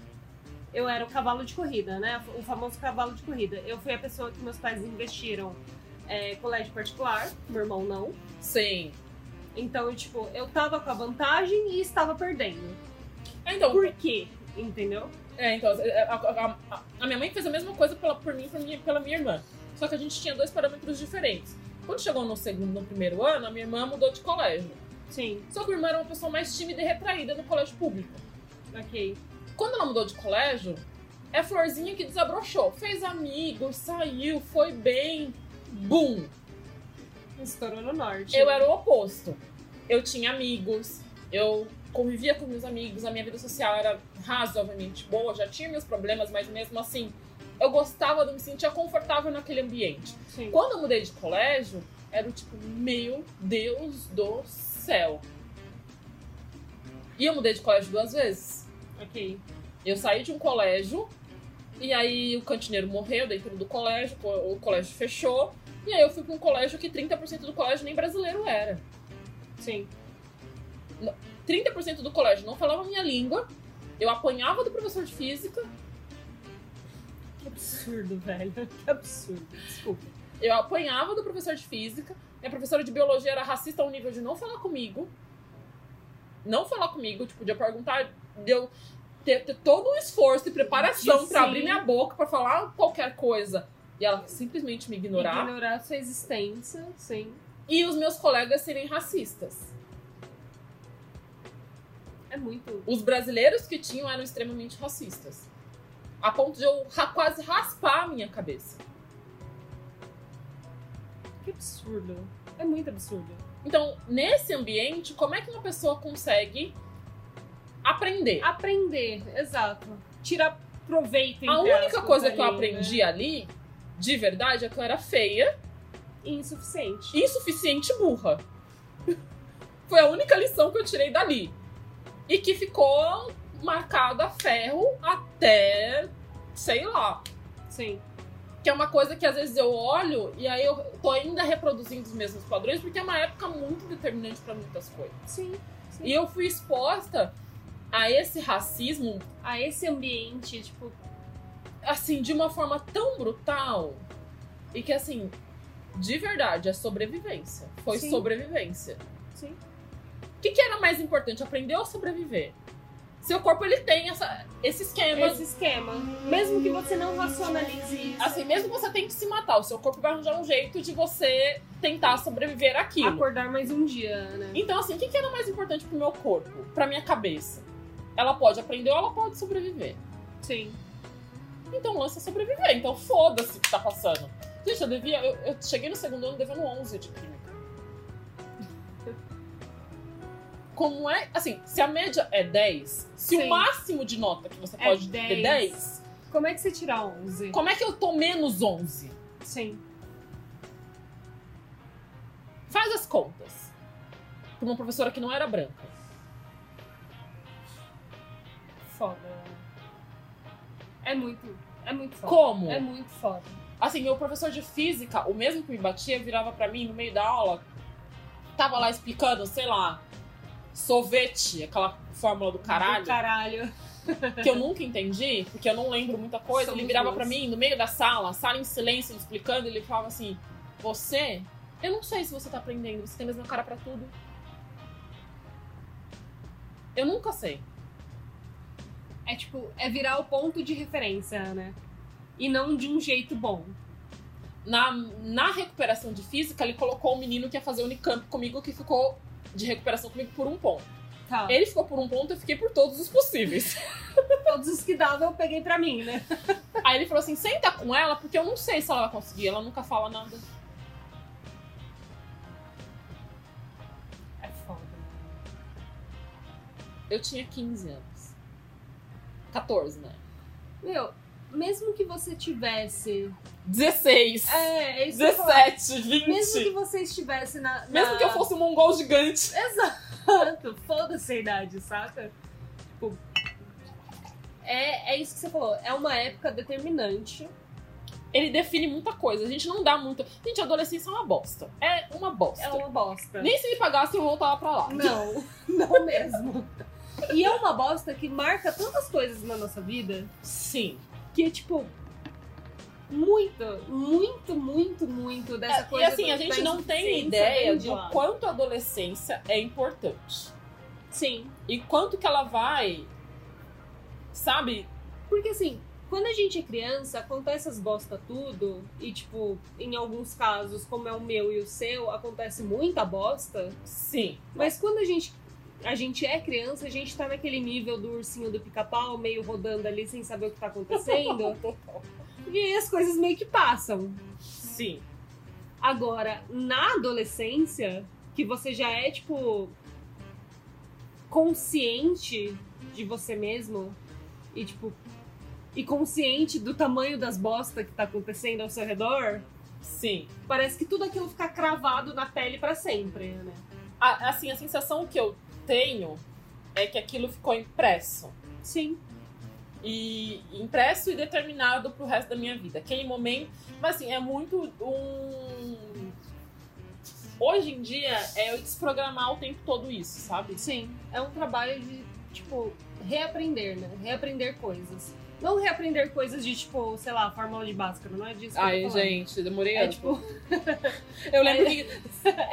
S2: eu era o cavalo de corrida, né? O famoso cavalo de corrida. Eu fui a pessoa que meus pais investiram é, colégio particular, meu irmão não.
S1: Sim.
S2: Então, eu, tipo, eu tava com a vantagem e estava perdendo.
S1: Então,
S2: Por quê? Entendeu?
S1: é, então é, a, a- a- a minha mãe fez a mesma coisa pela, por mim e por minha- pela minha irmã. Só que a gente tinha dois parâmetros diferentes. Quando chegou no segundo, no primeiro ano, a minha irmã mudou de colégio.
S2: Sim,
S1: Só que minha irmã era uma pessoa mais tímida e retraída no colégio público.
S2: ok.
S1: Quando ela mudou de colégio, é Florzinha que desabrochou. Fez amigos, saiu, foi bem. Bum!
S2: Estourou no norte.
S1: Eu era o oposto. Eu tinha amigos, eu convivia com meus amigos, a minha vida social era razoavelmente boa, já tinha meus problemas, mas mesmo assim, eu gostava, de me sentia confortável naquele ambiente.
S2: Sim.
S1: Quando eu mudei de colégio, era o tipo, meu Deus do céu. E eu mudei de colégio duas vezes.
S2: Ok.
S1: Eu saí de um colégio, e aí o cantineiro morreu dentro do colégio, o colégio fechou, e aí eu fui pra um colégio que 30% do colégio nem brasileiro era.
S2: Sim.
S1: 30% do colégio não falava a minha língua. Eu apanhava do professor de física.
S2: Que absurdo, velho. Que absurdo. Desculpa.
S1: Eu apanhava do professor de física. Minha professora de biologia era racista ao nível de não falar comigo. Não falar comigo, tipo, de eu perguntar, de eu ter, ter todo um esforço e preparação
S2: Sim.
S1: pra abrir minha boca, pra falar qualquer coisa. E ela simplesmente me ignorar.
S2: Ignorar sua existência, sim.
S1: E os meus colegas serem racistas.
S2: É muito.
S1: Os brasileiros que tinham eram extremamente racistas. A ponto de eu ra- quase raspar a minha cabeça.
S2: Que absurdo. É muito absurdo.
S1: Então, nesse ambiente, como é que uma pessoa consegue aprender?
S2: Aprender, exato. Tirar proveito. entre
S1: A única
S2: aspas,
S1: coisa que eu
S2: ali, né?
S1: aprendi ali, de verdade, é que eu era feia,
S2: né? Insuficiente.
S1: insuficiente e burra. Foi a única lição que eu tirei dali. E que ficou marcada a ferro até, sei lá.
S2: Sim.
S1: Que é uma coisa que às vezes eu olho e aí eu tô ainda reproduzindo os mesmos padrões, porque é uma época muito determinante pra muitas coisas.
S2: Sim.
S1: E eu fui exposta a esse racismo
S2: A esse ambiente, tipo,
S1: assim, de uma forma tão brutal e que assim, de verdade, é sobrevivência. Foi
S2: Sim.
S1: sobrevivência.
S2: Sim.
S1: O que, que era mais importante, aprender ou sobreviver? Seu corpo ele tem essa, esse esquema.
S2: Esse esquema. Mesmo que você não racionalize isso,
S1: Assim, mesmo que você tente se matar, o seu corpo vai arranjar um jeito de você tentar sobreviver àquilo.
S2: acordar mais um dia, né?
S1: Então, assim, o que que era mais importante pro meu corpo? Pra minha cabeça? Ela pode aprender ou ela pode sobreviver.
S2: Sim.
S1: Então, o lance é sobreviver. Então, foda-se o que tá passando. Gente, eu devia. Eu, eu cheguei no segundo ano devendo 11 de química. Como é. Assim, se a média é 10, se
S2: Sim.
S1: o máximo de nota que você
S2: É
S1: pode ter é
S2: 10.
S1: 10,
S2: Como é que você tira 11?
S1: como é que eu tô menos 11?
S2: Sim.
S1: Faz as contas. Pra uma professora que não era branca.
S2: Foda. É muito. É muito foda.
S1: Como?
S2: É muito foda.
S1: Assim, meu professor de física, o mesmo que me batia, virava pra mim no meio da aula, tava lá explicando, sei lá, sorvete, aquela fórmula do caralho,
S2: Do caralho.
S1: que eu nunca entendi, porque eu não lembro muita coisa.
S2: Somos
S1: ele virava
S2: nós.
S1: pra mim no meio da sala, sala em silêncio, ele explicando, ele falava assim: Você, eu não sei se você tá aprendendo, você tem a mesma cara pra tudo. Eu nunca sei.
S2: É tipo, é virar o ponto de referência, né? E não de um jeito bom.
S1: Na, na recuperação de física, ele colocou o menino que ia fazer Unicamp comigo, que ficou de recuperação comigo por um ponto.
S2: Tá.
S1: Ele ficou por um ponto, eu fiquei por todos os possíveis.
S2: Todos os que dava eu peguei pra mim, né?
S1: Aí ele falou assim: senta com ela, porque eu não sei se ela vai conseguir, ela nunca fala nada.
S2: É foda.
S1: Eu tinha 15 anos. 14, né?
S2: Meu, mesmo que você tivesse.
S1: 16,
S2: É, é isso que eu ia falar.
S1: 17, 20.
S2: Mesmo que você estivesse na. na-
S1: Mesmo que eu fosse um mongol gigante.
S2: Exato, foda-se a idade, saca? Tipo. É, é isso que você falou, é uma época determinante.
S1: Ele define muita coisa. A gente não dá muito. Gente, adolescência é uma bosta. É uma bosta.
S2: É uma bosta.
S1: Nem se me pagasse eu voltava pra lá.
S2: Não, não mesmo. E é uma bosta que marca tantas coisas na nossa vida
S1: Sim.
S2: que é tipo. Muito, muito, muito, muito dessa
S1: e
S2: coisa.
S1: assim,
S2: do- né?
S1: a gente
S2: da
S1: não tem
S2: insuficiência
S1: ideia
S2: vem
S1: de
S2: de um lá.
S1: o quanto a adolescência é importante.
S2: Sim.
S1: E quanto que ela vai. Sabe?
S2: Porque assim, quando a gente é criança, acontece as bosta tudo, e tipo, em alguns casos, como é o meu e o seu, acontece muita bosta.
S1: Sim.
S2: Mas quando a gente a gente é criança, a gente tá naquele nível do ursinho do pica-pau, meio rodando ali sem saber o que tá acontecendo. e aí as coisas meio que passam.
S1: Sim.
S2: Agora, na adolescência, que você já é, tipo, consciente de você mesmo e, tipo, e consciente do tamanho das bostas que tá acontecendo ao seu redor,
S1: Sim.
S2: parece que tudo aquilo fica cravado na pele pra sempre, né?
S1: A- assim, a sensação que eu tenho é que aquilo ficou impresso.
S2: Sim.
S1: E impresso e determinado pro resto da minha vida. Aquele momento. Mas assim, é muito um. Hoje em dia é eu desprogramar o tempo todo isso, sabe?
S2: Sim. É um trabalho de, tipo, reaprender, né? Reaprender coisas. Não reaprender coisas de, tipo, sei lá, fórmula de Bhaskara, não é disso que eu tô
S1: Ai,
S2: falando.
S1: gente, demorei.
S2: É
S1: anos.
S2: tipo,
S1: eu lembro que.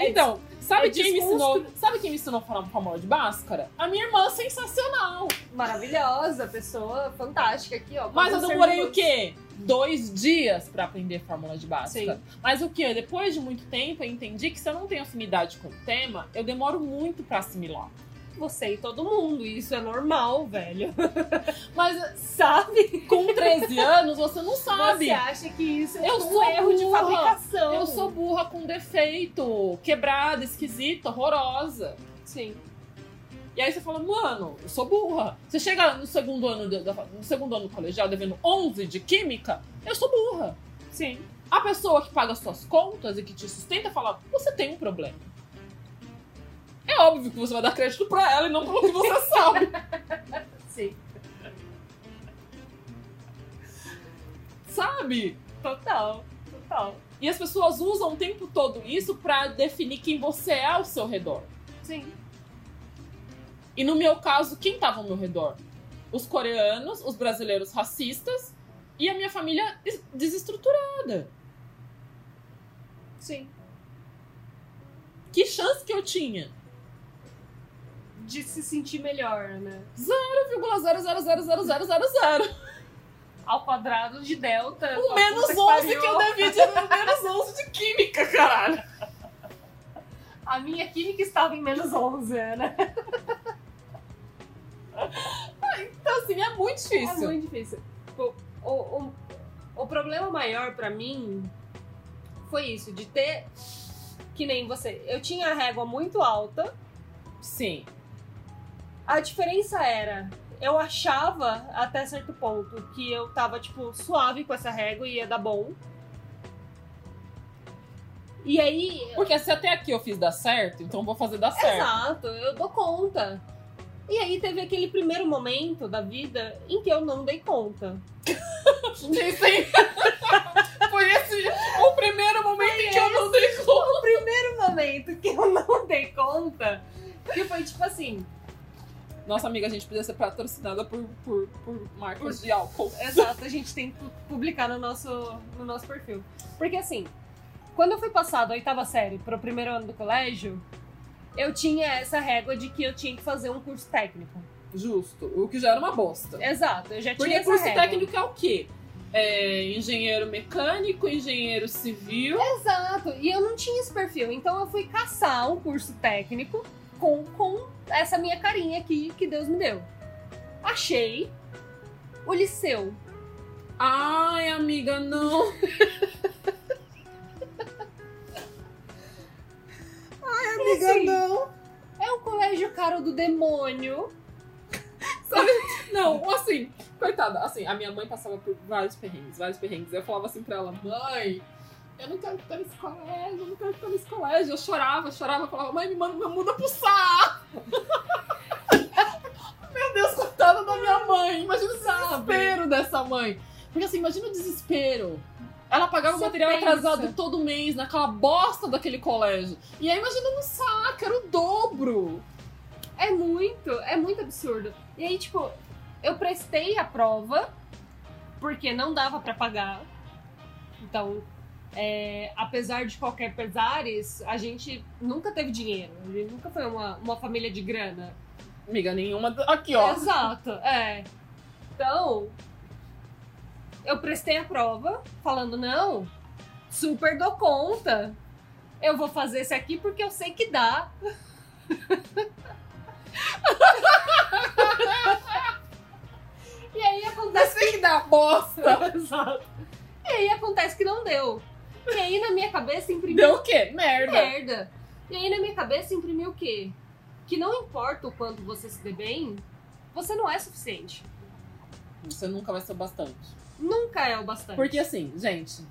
S1: Então, sabe
S2: é
S1: quem me ensinou? Sabe quem me ensinou a falar com a de Bhaskara? A minha irmã sensacional.
S2: maravilhosa, pessoa fantástica aqui, ó.
S1: Mas eu
S2: Como
S1: demorei
S2: servidor.
S1: o quê? Dois dias pra aprender fórmula de Bhaskara. Mas o quê? Depois de muito tempo, eu entendi que se eu não tenho afinidade com o tema, eu demoro muito pra assimilar.
S2: Você e todo mundo, isso é normal, velho.
S1: Mas
S2: Sabe?
S1: com 13 anos, você não sabe.
S2: Você acha que isso é
S1: Eu
S2: um
S1: sou
S2: erro de
S1: burra.
S2: fabricação?
S1: Eu sou burra com defeito, quebrada, esquisita, horrorosa.
S2: Sim.
S1: E aí você fala, mano, eu sou burra. Você chega no segundo ano, do- da- no segundo ano do colegial devendo 11 de química, eu sou burra.
S2: Sim.
S1: A pessoa que paga suas contas e que te sustenta fala, você tem um problema. É óbvio que você vai dar crédito pra ela e não pelo que você sabe.
S2: Sim.
S1: Sabe?
S2: Total. Total.
S1: E as pessoas usam o tempo todo isso pra definir quem você é ao seu redor.
S2: Sim.
S1: E no meu caso, quem tava ao meu redor? Os coreanos, os brasileiros racistas e a minha família des- desestruturada.
S2: Sim.
S1: Que chance que eu tinha?
S2: de se sentir melhor, né?
S1: 0,0000000.
S3: Ao quadrado de delta.
S1: O
S3: a
S1: menos
S3: puta
S1: 11 que
S3: pariu.
S1: eu devia de o menos 11 de química, caralho.
S3: A minha química estava em menos 11, né?
S1: Então, assim, é muito difícil.
S2: É muito difícil. Tipo, o, o, o problema maior pra mim foi isso, de ter que nem você. Eu tinha a régua muito alta,
S1: Sim.
S2: a diferença era. Eu achava até certo ponto que eu tava, tipo, suave com essa régua e ia dar bom. E aí,
S1: Porque se até aqui eu fiz dar certo, então vou fazer dar certo.
S2: Exato, eu dou conta. E aí teve aquele primeiro momento da vida em que eu não dei conta.
S1: Sim, sim. Foi esse o primeiro momento em que eu não dei conta.
S2: O primeiro um momento que eu não dei conta, que foi tipo assim,
S1: Nossa amiga, a gente podia ser patrocinada por, por, por marcas de álcool.
S2: exato, a gente tem que publicar no nosso, no nosso perfil. Porque assim, quando eu fui passar da oitava série pro primeiro ano do colégio, eu tinha essa régua de que eu tinha que fazer um curso técnico.
S1: Justo. O que já era uma bosta.
S2: Exato, eu já É, tinha
S1: Porque
S2: essa
S1: curso
S2: régua.
S1: técnico é o quê? É engenheiro mecânico, engenheiro civil.
S2: É. Exato. E eu não tinha esse perfil. Então eu fui caçar um curso técnico com, com essa minha carinha aqui que Deus me deu. Achei o liceu.
S1: Ai, amiga, não.
S2: Amiga, não. assim, É um colégio caro do demônio.
S1: Não, assim, coitada, assim, a minha mãe passava por vários perrengues, vários perrengues. Eu falava assim pra ela, mãe, eu não quero ficar nesse colégio, eu não quero ficar nesse colégio. Eu chorava, chorava, falava, mãe, me manda, me muda pro Sá. Meu Deus, coitada da minha mãe. Imagina o desespero dessa mãe. Porque assim, imagina o desespero. Ela pagava
S2: Você
S1: o material
S2: pensa.
S1: atrasado todo mês, naquela bosta daquele colégio. E aí imagina no Sá, que era o dobro.
S2: É muito, é muito absurdo. E aí, tipo, eu prestei a prova porque não dava pra pagar. Então, é, apesar de qualquer pesares, a gente nunca teve dinheiro. A gente nunca foi uma, uma família de grana.
S1: Amiga, nenhuma. Aqui, ó.
S2: Exato, é. Então, eu prestei a prova falando, não, super dou conta. Eu vou fazer esse aqui porque eu sei que dá. e aí
S1: Mas
S2: acontece.
S1: tem que dar bosta.
S2: Exato. E aí acontece que não deu. E aí na minha cabeça imprimiu
S1: Deu o quê? Merda.
S2: merda. E aí na minha cabeça imprimiu o quê? Que não importa o quanto você se dê bem, você não é suficiente.
S1: Você nunca vai ser o bastante.
S2: Nunca é o bastante.
S1: Porque assim, gente.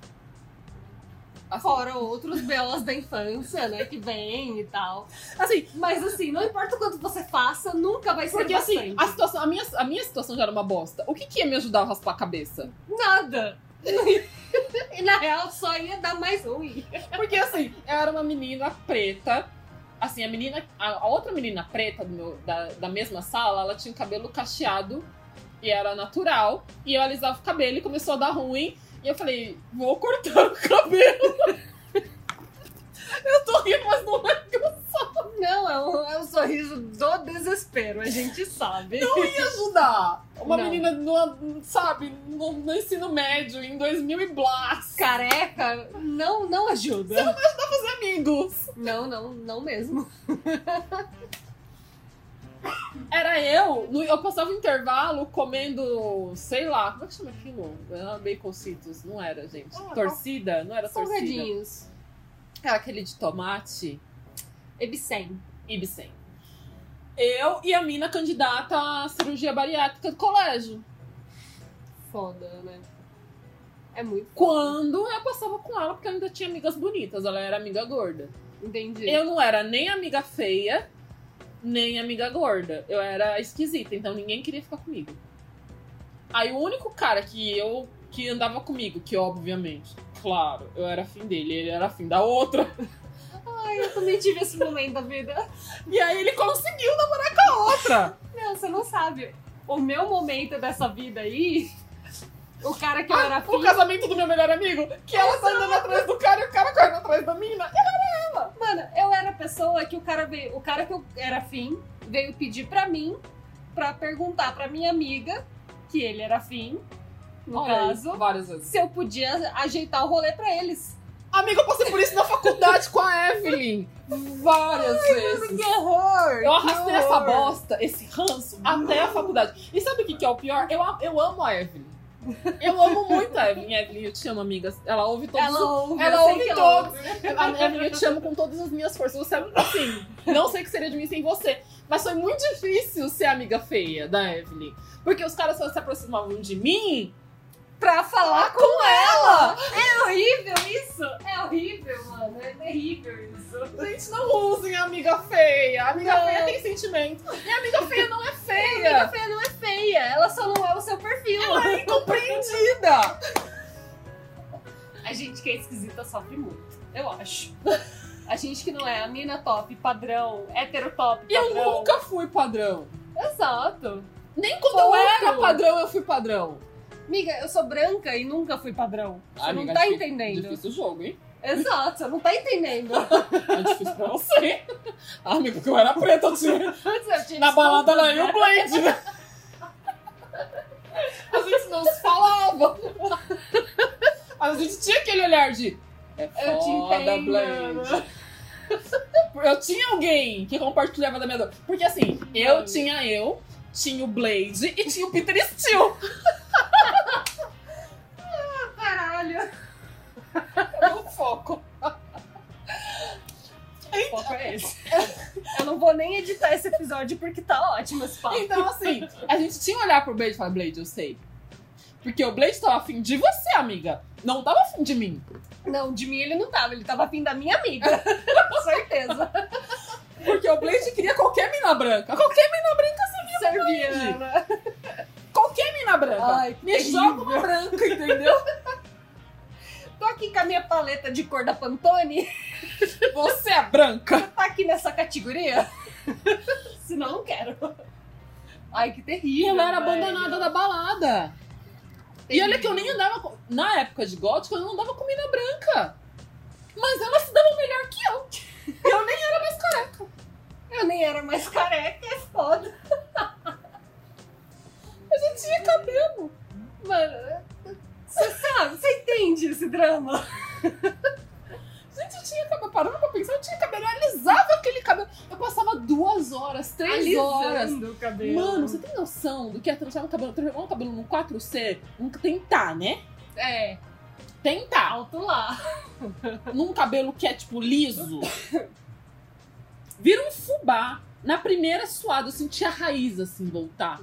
S1: Assim,
S2: Fora outros belas da infância, né? Que vem e tal.
S1: assim,
S2: Mas assim, não importa o quanto você faça, nunca vai ser
S1: porque
S2: bastante.
S1: assim, a, situação, a, minha, a minha situação já era uma bosta. O que, que ia me ajudar a raspar a cabeça?
S2: Nada! e na real só ia dar mais ruim.
S1: Porque assim, eu era uma menina preta. Assim, a menina. A a outra menina preta do meu- da, da mesma sala, ela tinha o cabelo cacheado e era natural. E eu alisava o cabelo e começou a dar ruim. E eu falei, vou cortar o cabelo. eu tô rindo, mas não é
S2: Não, é um, é um sorriso do desespero, a gente sabe.
S1: ajudar. Uma
S2: Não.
S1: menina, no, sabe, no, no ensino médio, em 2000 e blás.
S2: Careca não, não ajuda.
S1: Os amigos.
S2: Não, não, não mesmo.
S1: Era eu, no- eu passava o intervalo comendo, sei lá, como é que chama aquilo? Era baconcitos, não era, gente.
S3: Ah,
S1: torcida? Não era torcida.
S2: Salgadinhos.
S1: Era aquele de tomate,
S2: Ebsen.
S1: Ibsen. Eu e a mina candidata à cirurgia bariátrica do colégio.
S2: Foda, né? É muito.
S1: Quando eu passava com ela, porque eu ainda tinha amigas bonitas, ela era amiga gorda.
S2: Entendi.
S1: Eu não era nem amiga feia, nem amiga gorda. Eu era esquisita, então ninguém queria ficar comigo. Aí o único cara que eu que andava comigo, que obviamente, claro, eu era afim dele, ele era afim da outra.
S2: Ai, eu também tive esse momento da vida.
S1: E aí ele conseguiu namorar com a outra.
S2: Não, você não sabe. O meu momento dessa vida aí, Ah, o cara que eu era
S1: O
S2: afim,
S1: casamento do meu melhor amigo, que ela tá andando atrás do cara e o cara correndo atrás da mina.
S2: mano, eu era a pessoa que o cara veio, o cara que eu era afim veio pedir pra mim pra perguntar pra minha amiga, que ele era fim, no
S1: Olha aí,
S2: caso,
S1: várias vezes.
S2: se eu podia ajeitar o rolê pra eles.
S1: Amiga, eu passei por isso na faculdade com a Evelyn. Várias vezes.
S2: Que horror!
S1: Eu arrastei essa bosta, esse ranço, até a faculdade. E sabe o que, que é o pior? Eu, a- eu amo a Evelyn. Eu amo muito a Evelyn. Evelyn, eu te amo, amiga. Ela ouve todos
S2: Ela
S1: os-
S2: ouve,
S1: ela
S2: eu sei
S1: ouve
S2: que ela
S1: todos. A Evelyn, eu te amo com todas as minhas forças. Você é muito assim. Não sei o que seria de mim sem você. Mas foi muito difícil ser amiga feia da Evelyn. Porque os caras só se aproximavam de mim
S2: Pra falar com ela! É horrível isso!
S3: É horrível, mano. É terrível isso.
S1: Gente, não usem amiga feia. Amiga
S2: Não.
S1: feia tem sentimento. E amiga feia não é
S2: A
S1: feia.
S2: feia não é feia, ela só não é o seu perfil.
S1: Ela é incompreendida.
S3: A gente que é esquisita sofre muito.
S2: Eu acho. A gente que não é a mina top, padrão, hétero top,
S1: E eu
S2: padrão.
S1: nunca fui padrão.
S2: Exato.
S1: Nem quando eu
S2: Ponto.
S1: era padrão, eu fui padrão.
S2: Amiga, eu sou branca e nunca fui padrão. Você
S1: Amiga,
S2: não tá
S1: difí-
S2: entendendo.
S1: Ah, Difícil o jogo, hein?
S2: Exato, você não tá entendendo.
S1: É difícil pra você. Ah, amigo, porque eu era assim. preta, eu tinha...
S2: Pois é, eu tinha
S1: Na
S2: desculpa,
S1: balada era eu
S2: né?
S1: o Blade, né? A gente não se falava. Mas a gente tinha aquele olhar de... É
S2: Eu te
S1: foda,
S2: entendo.
S1: Blade. Eu tinha alguém que compartilhava da minha dor. Porque assim, eu
S2: Mano.
S1: tinha eu, tinha o Blade e tinha o Peter Steele.
S2: Caralho.
S1: Meu foco.
S2: O foco é esse. Eu não vou nem editar esse episódio porque tá ótimo esse papo.
S1: Então, assim, a gente tinha que olhar pro Blade e falar, Blade, eu sei. Porque o Blade tava afim de você, amiga. Não tava afim de mim.
S2: Não, de mim ele não tava, ele tava afim da minha amiga. Certeza.
S1: Porque o Blade queria qualquer mina branca. Qualquer mina branca, assim,
S2: Servia, né?
S1: qualquer mina branca.
S2: Ai,
S1: Me
S2: terrível.
S1: joga uma branca, entendeu?
S2: Tô aqui com a minha paleta de cor da Pantone.
S1: Você é branca.
S2: Tá aqui nessa categoria? Senão eu não quero. Ai, que
S1: E
S2: terrível.
S1: ela era
S2: velho.
S1: abandonada da balada. E olha que eu nem andava com... Na época de gótico, eu não andava com mina branca. Mas ela se dava melhor que eu. Eu nem era mais careca.
S2: Eu nem era mais careca, é foda.
S1: A gente tinha cabelo.
S2: Mano, você sabe, você entende esse drama?
S1: Gente, eu tinha cabelo. Parando pra pensar, eu tinha cabelo. Eu alisava aquele cabelo. Eu passava duas horas, três horas.
S2: Alisando o cabelo.
S1: Mano, você tem noção do que é transformar um cabelo, transformar um cabelo num 4C? Um, tentar, né?
S2: É,
S1: Tentar.
S2: alto lá.
S1: Num cabelo que é, tipo, liso. Vira um fubá. Na primeira suada, eu sentia a raiz, assim, voltar.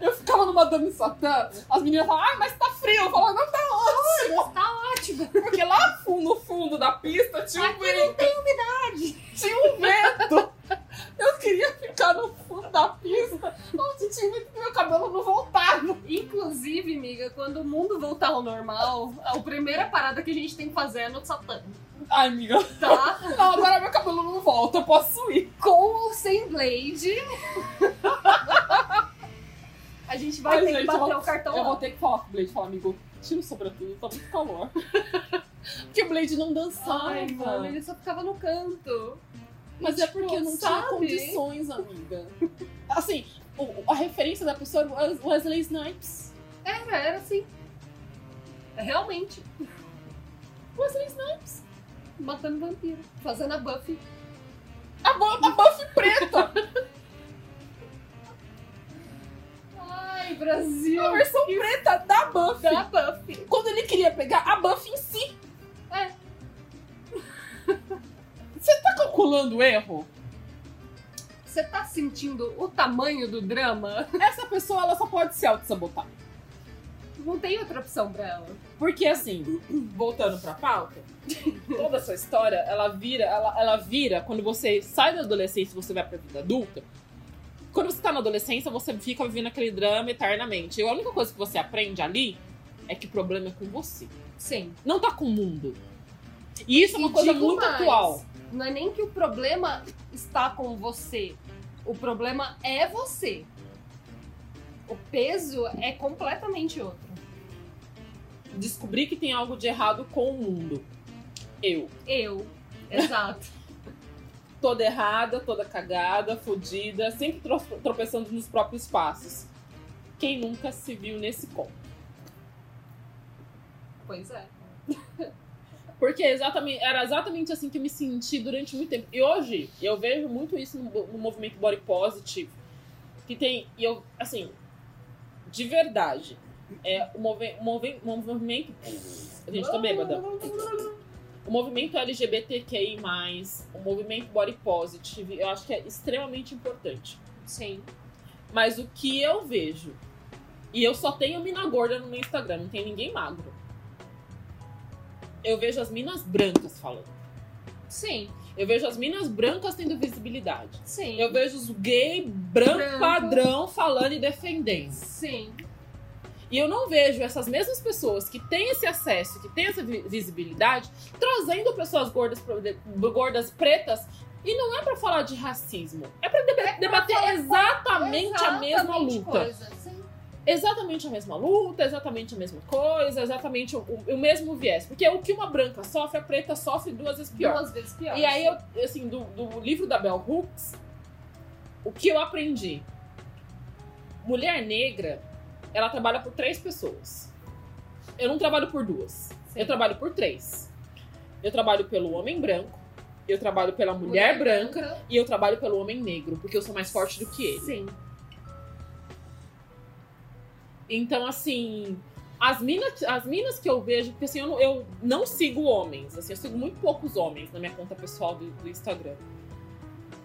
S1: Eu ficava numa Dami Satã, as meninas falavam, ai, mas tá frio. Eu falava, não, tá ótimo.
S2: Tá ótimo.
S1: Porque lá fu- no fundo da pista tinha um
S2: Aqui
S1: vento.
S2: não tem umidade.
S1: tinha um vento. Eu queria ficar no fundo da pista, onde tinha medo que meu cabelo não voltava.
S2: Inclusive, amiga, quando o mundo voltar ao normal, a primeira parada que a gente tem que fazer é no Satã,
S1: Ai, amiga,
S2: tá?
S1: não, agora meu cabelo não volta, eu posso ir.
S2: com ou sem Blade. A gente vai
S1: Ai,
S2: ter
S1: gente,
S2: que
S1: eu
S2: bater
S1: vou-
S2: o cartão
S1: Eu vou
S2: lá.
S1: ter que falar com o Blade, falar, amigo, tira o sobretudo, tá muito calor. Porque o Blade não dançava.
S2: Ai, mano, ele só ficava no canto.
S1: Mas
S2: E,
S1: é
S2: tipo,
S1: porque não tinha
S2: sabe?
S1: condições, amiga. Assim, o- a referência da pessoa era Wes- Wesley Snipes.
S2: Era, era assim. É Realmente.
S1: Wesley Snipes.
S2: Matando vampiro. Fazendo a buff.
S1: A, Bu- a Buffy preta.
S2: Ai,
S1: A
S2: Brasil.
S1: versão preta da Buffy.
S2: Da buff.
S1: quando ele queria pegar a Buffy em si.
S2: É.
S1: Você tá calculando o erro?
S2: Você tá sentindo o tamanho do drama?
S1: Essa pessoa ela só pode se auto-sabotar.
S2: Não tem outra opção pra ela.
S1: Porque assim, voltando pra pauta, toda essa história, ela vira, ela, ela vira quando você sai da adolescência e você vai pra vida adulta. Quando você tá na adolescência, você fica vivendo aquele drama eternamente. E a única coisa que você aprende ali é que o problema é com você.
S2: Sim.
S1: Não tá com o mundo. E isso é uma
S2: E
S1: coisa
S2: digo
S1: muito
S2: mais,
S1: atual.
S2: Não é nem que o problema está com você. O problema é você. O peso é completamente outro.
S1: descobrir que tem algo de errado com o mundo. Eu.
S2: Eu. Exato.
S1: toda errada, toda cagada, fodida, sempre tro- tropeçando nos próprios passos. Quem nunca se viu nesse conto?
S2: Pois é.
S1: Porque exatamente, era exatamente assim que eu me senti durante muito tempo. E hoje eu vejo muito isso no, bo- no movimento body positive. Que tem. E eu, assim, de verdade. É, o move, move, movimento. A gente tá bêbada. O movimento LGBTQI, o movimento body positive, eu acho que é extremamente importante.
S2: Sim.
S1: Mas o que eu vejo. E eu só tenho mina gorda no meu Instagram, não tem ninguém magro. Eu vejo as minas brancas falando.
S2: Sim.
S1: Eu vejo as minas brancas tendo visibilidade.
S2: Sim.
S1: Eu vejo os gay branco,
S2: Branco.
S1: padrão falando e defendendo.
S2: Sim.
S1: E eu não vejo essas mesmas pessoas que têm esse acesso, que têm essa vi- visibilidade, trazendo pessoas gordas, pro- de- gordas pretas. E não é pra falar de racismo. É pra deba- debater exatamente, a mesma
S3: Exatamente
S1: luta.
S3: coisa, sim.
S1: Exatamente a mesma luta, exatamente a mesma coisa, exatamente o, o- o mesmo viés. Porque o que uma branca sofre, a preta sofre duas vezes pior.
S3: Duas vezes pior.
S1: E aí, eu, assim, do, do livro da Bell Hooks, o que eu aprendi? Mulher negra, ela trabalha por três pessoas. Eu não trabalho por duas.
S2: Sim.
S1: Eu trabalho por três. Eu trabalho pelo homem branco, eu trabalho pela mulher, branca, e eu trabalho pelo homem negro, porque eu sou mais forte do que ele.
S2: Sim.
S1: Então, assim, as minas, as minas que eu vejo, porque assim, eu não, eu não sigo homens, assim, eu sigo muito poucos homens na minha conta pessoal do, do Instagram.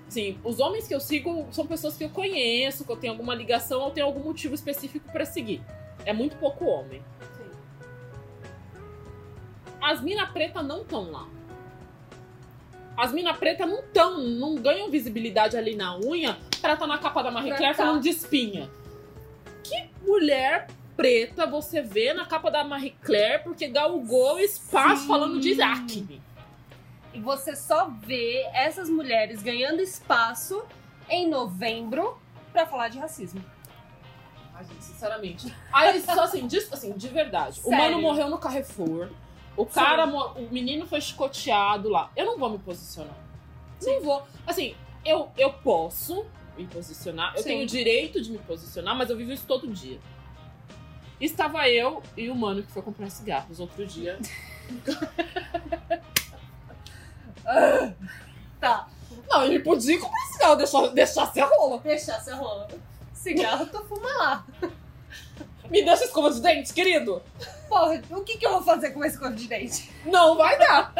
S1: Assim, os homens que eu sigo são pessoas que eu conheço, que eu tenho alguma ligação ou tenho algum motivo específico pra seguir. É muito pouco homem.
S2: Sim.
S1: As mina preta não estão lá. As mina preta não estão, não ganham visibilidade ali na unha pra estar na capa da Marie
S2: Pra
S1: Claire
S2: tá.
S1: falando de espinha. Que mulher preta você vê na capa da Marie Claire porque galgou o espaço
S2: Sim.
S1: falando de acne.
S2: E você só vê essas mulheres ganhando espaço em novembro pra falar de racismo.
S1: Ai, gente, sinceramente. Aí, só assim, de, assim, de verdade. O
S2: Sério.
S1: mano morreu no Carrefour. O cara, mo- o menino foi escoteado lá. Eu não vou me posicionar. Não vou. Assim, eu, eu posso me posicionar. Eu
S2: Sim.
S1: tenho o direito de me posicionar, mas eu vivo isso todo dia. Estava eu e o mano que foi comprar cigarros outro dia.
S2: Tá.
S1: Não, ele podia comprar cigarro, deixar, deixar ser rola.
S2: Deixar essa rola. Cigarro, tu fuma lá.
S1: Me deixa escova de dente, querido.
S2: Porra, o que, que eu vou fazer com esse corpo de dente?
S1: Não vai dar.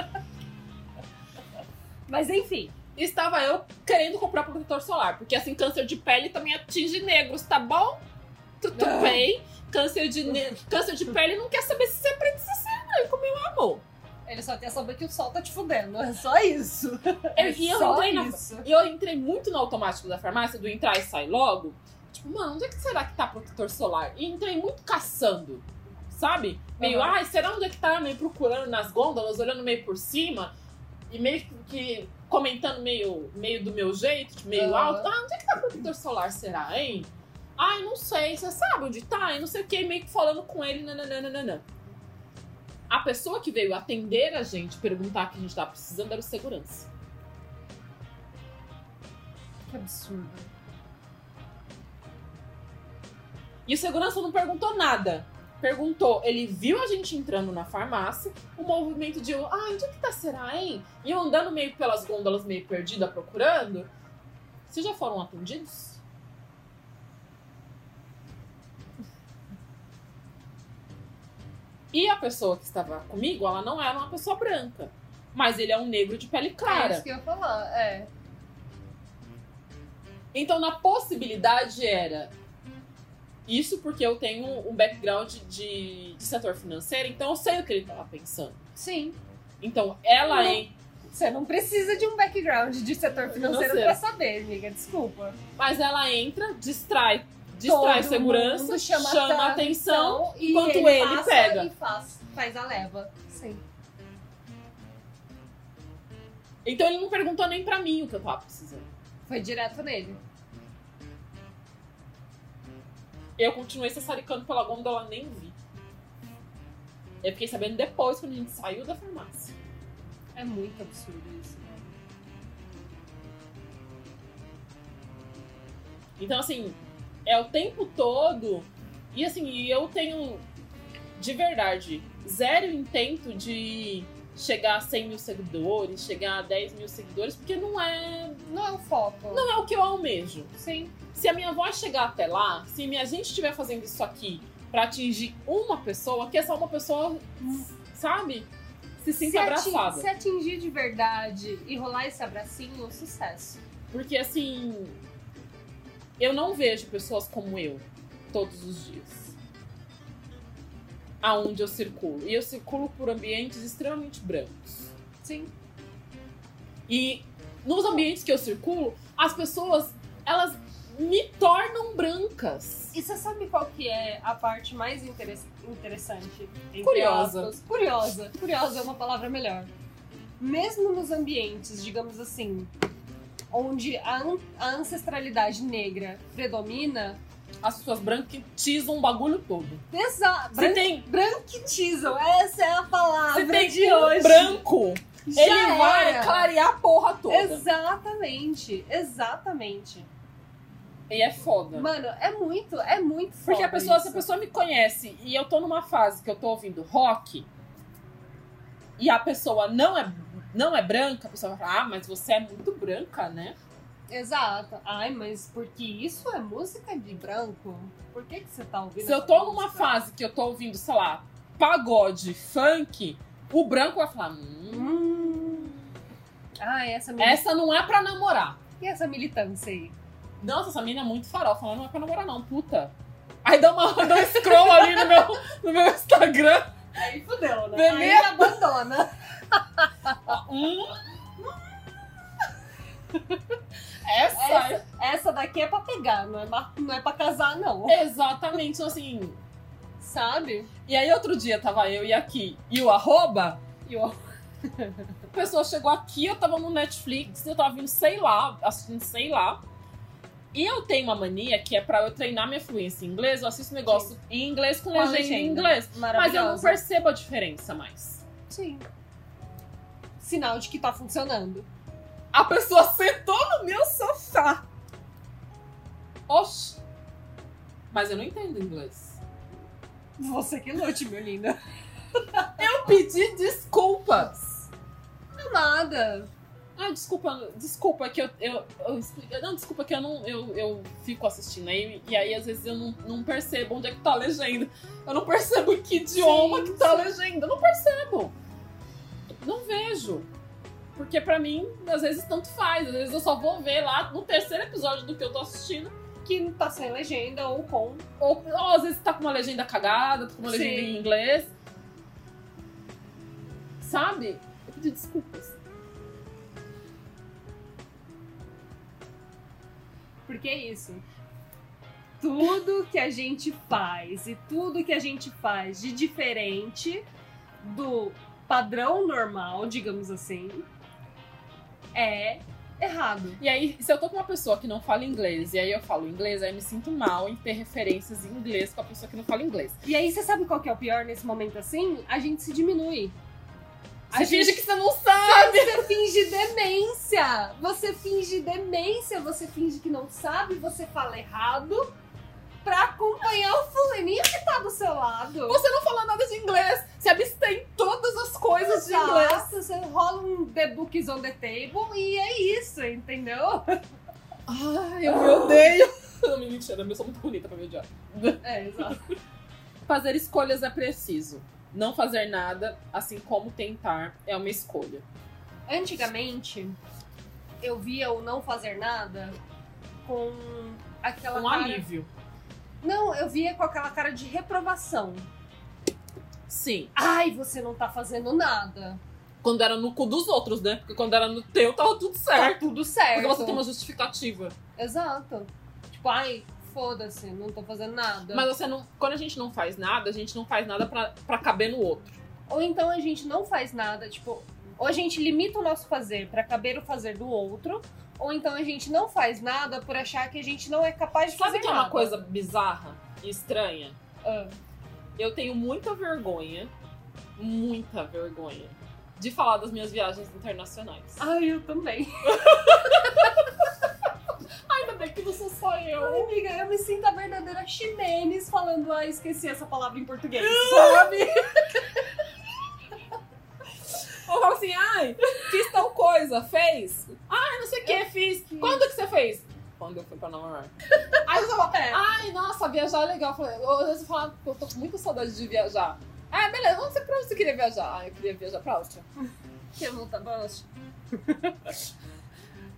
S2: Mas enfim.
S1: Estava eu querendo comprar protetor solar, porque assim, câncer de pele também atinge negros, tá bom? Tudo
S2: Ah.
S1: bem? Câncer de, ne- câncer de pele não quer saber se você é preto, se você é branco, meu amor.
S2: Ele só quer saber que o sol tá te fudendo. É só isso.
S1: Eu, e eu
S2: É só
S1: entrei na-
S2: isso.
S1: e eu entrei muito no automático da farmácia, do entrar e sair logo. Tipo, mano, onde é que será que tá protetor solar? E entrei muito caçando, sabe? Meio,
S2: Aham.
S1: ai, será onde é que tá? Meio procurando nas gôndolas, olhando meio por cima. E meio que comentando meio, meio do meu jeito, tipo, meio
S2: Aham.
S1: alto. Ah, onde é que tá protetor solar, será, hein? Ai, não sei, você sabe onde tá? E não sei o que, meio que falando com ele, nananana. A pessoa que veio atender a gente, perguntar o que a gente tava precisando, era o segurança.
S2: Que absurdo.
S1: E o segurança não perguntou nada. Perguntou, ele viu a gente entrando na farmácia, o movimento de, ah, onde é que tá será, hein? E eu andando meio pelas gôndolas, meio perdida, procurando. Vocês já foram atendidos? E a pessoa que estava comigo, ela não era uma pessoa branca. Mas ele é um negro de pele
S3: É
S1: clara.
S3: isso que eu ia falar. É.
S1: Então, na possibilidade era. Isso porque eu tenho um background de, de setor financeiro, então eu sei o que ele tava pensando.
S2: Sim.
S1: Então, ela
S2: Não,
S1: hein?
S2: Você não precisa de um background de setor financeiro
S1: Financeiro.
S2: pra saber, amiga. Desculpa.
S1: Mas ela entra, distrai, distrai
S2: Todo
S1: segurança,
S2: mundo
S1: chama, a atenção.
S2: Então, e
S1: Então, enquanto ele
S2: passa
S1: pega.
S2: E faz, faz a leva. Sim.
S1: Então ele não perguntou nem pra mim o que eu tava precisando.
S2: Foi direto nele.
S1: Eu continuei sassaricando pela gôndola, nem vi. Eu fiquei sabendo depois quando a gente saiu da farmácia. né?
S2: É muito absurdo isso.
S1: Então, assim, é o tempo todo. E assim, e eu tenho, de verdade, zero intento de chegar a 100 mil seguidores, chegar a 10 mil seguidores, porque não é,
S3: Não
S2: um
S3: é o foco.
S1: não é o que eu almejo.
S3: Sim.
S1: Se a minha voz chegar até lá, se minha gente estiver fazendo isso aqui pra atingir uma pessoa, que essa uma pessoa, sabe, se sinta
S2: ati-
S1: abraçada.
S2: se atingir de verdade e rolar esse abracinho, sucesso.
S1: Porque assim, eu não vejo pessoas como eu todos os dias. Aonde eu circulo. E eu circulo por ambientes extremamente brancos.
S2: Sim.
S1: E nos ambientes que eu circulo, as pessoas, elas me tornam brancas.
S2: E você sabe qual que é a parte mais interes- interessante? Entre
S1: Curiosa.
S2: aspas? Curiosa. Curiosa é uma palavra melhor. Mesmo nos ambientes, digamos assim, onde a, an- a ancestralidade negra predomina,
S1: As pessoas branquitizam o bagulho todo.
S2: desa-
S1: Você
S2: bran-
S1: tem,
S2: branquitizam, essa é a
S1: você
S2: palavra
S1: tem
S2: de
S1: um
S2: hoje.
S1: branco,
S2: Já
S1: ele vai
S2: era.
S1: clarear a porra toda.
S2: Exatamente, exatamente.
S1: e é foda.
S2: Mano, é muito, é muito
S1: Porque
S2: foda
S1: a pessoa, se
S2: isso.
S1: a pessoa me conhece e eu tô numa fase que eu tô ouvindo rock e a pessoa não é, não é branca, a pessoa vai falar, ah, mas você é muito branca, né?
S2: Exato. Ai, mas porque isso é música de branco? Por que, que você tá ouvindo?
S1: Se eu
S2: essa
S1: tô numa
S2: música?
S1: fase que eu tô ouvindo, sei lá, pagode, funk, o branco vai falar, hum,
S2: Hum. Ah, essa, mili...
S1: essa não é pra namorar.
S2: E essa militância aí?
S1: Nossa, essa menina é muito farofa, ela não é pra namorar não, puta. Aí dá, uma, dá um scroll ali no meu, no meu Instagram.
S2: Aí fudeu, né?
S1: Beleza.
S2: Aí abandona.
S1: Hum. Essa,
S2: Essa- Essa daqui é pra pegar, não é, ma- não é pra casar, não.
S1: Exatamente, então, assim.
S2: Sabe?
S1: E aí outro dia tava eu e aqui e o arroba,
S2: E o-
S1: a pessoa chegou aqui, eu tava no Netflix, eu tava vindo, sei lá, assistindo, sei lá. E eu tenho uma mania que é pra eu treinar minha fluência em inglês, eu assisto um negócio em inglês com
S2: Com a
S1: legenda em
S2: legenda.
S1: inglês. Mas eu não
S2: Maravilhosa.
S1: percebo a diferença mais.
S2: Sim. Sinal de que tá funcionando.
S1: A pessoa sentou no meu sofá. Oxi. Mas eu não entendo inglês.
S2: Você que lute, meu linda.
S1: Eu pedi desculpas.
S2: Não é nada.
S1: Ah, desculpa, desculpa que eu. eu, eu explico- não, desculpa que eu não. Eu, eu fico assistindo aí e aí às vezes eu não, não percebo onde é que tá a legenda. Eu não percebo em que idioma que tá a legenda. Eu não percebo. Não vejo. Porque pra mim, às vezes tanto faz. Às vezes eu só vou ver lá no terceiro episódio do que eu tô assistindo.
S2: Que não tá sem legenda ou com.
S1: Ou, ou às vezes tá com uma legenda cagada, tá com uma legenda
S2: Sim.
S1: em inglês. Sabe? Eu pedi desculpas.
S2: Porque é isso. Tudo que a gente faz e tudo que a gente faz de diferente do padrão normal, digamos assim, é errado.
S1: E aí, se eu tô com uma pessoa que não fala inglês, e aí eu falo inglês, aí eu me sinto mal em ter referências em inglês com a pessoa que não fala inglês.
S2: E aí, você sabe qual que é o pior nesse momento assim? A gente se diminui.
S1: Você
S2: A
S1: finge
S2: gente-
S1: que você não sabe!
S2: Você finge demência! Você finge demência, você finge que não sabe, você fala errado pra acompanhar o fulaninho que tá do seu lado.
S1: Você não fala nada de inglês! Se abstém todas as coisas de inglês!
S2: Exato, você rola um The Books on the Table e é isso, entendeu?
S1: Ai, eu me odeio! Não, me mentira, eu sou muito bonita pra me odiar.
S2: É, exato.
S1: Fazer escolhas é preciso. Não fazer nada, assim como tentar, é uma escolha.
S2: Antigamente, eu via o não fazer nada com aquela
S1: Um
S2: cara...
S1: alívio.
S2: Não, eu via com aquela cara de reprovação.
S1: Sim.
S2: Ai, você não tá fazendo nada.
S1: Quando era no cu dos outros, né? Porque quando era no teu, tava tudo
S2: Tá
S1: certo.
S2: tudo
S1: Quando
S2: certo.
S1: você tem uma justificativa.
S2: Exato. Tipo, ai, foda-se, não tô fazendo nada.
S1: Mas você não. Quando a gente não faz nada, a gente não faz nada pra, pra caber no outro.
S2: Ou então a gente não faz nada, tipo, ou a gente limita o nosso fazer pra caber o fazer do outro, ou então a gente não faz nada por achar que a gente não é capaz de
S1: Sabe
S2: fazer
S1: que é uma
S2: nada.
S1: coisa bizarra e estranha?
S2: Ah,
S1: Eu tenho muita vergonha, muita vergonha, de falar das Ah, minhas viagens internacionais.
S2: Ai, eu também.
S1: Ainda merda, aquilo sou só eu.
S2: Ai, Amiga, eu me sinto a verdadeira Ximenes falando, ah, esqueci essa palavra em português, sabe?
S1: Ou fala assim, ai, fiz tal coisa, fez. Ai, Ah, não sei o que, fiz. Quando que você fez? Quando eu fui pra Nova York.
S2: Aí eu falo, é,
S1: Ai, nossa, viajar é legal. Eu falei, Às vezes eu falo, "Pô, eu tô com muita saudade de viajar. Ah, beleza, onde você, pra onde você queria viajar? Ah, eu queria viajar pra Áustria.
S2: que eu vou tá baixo.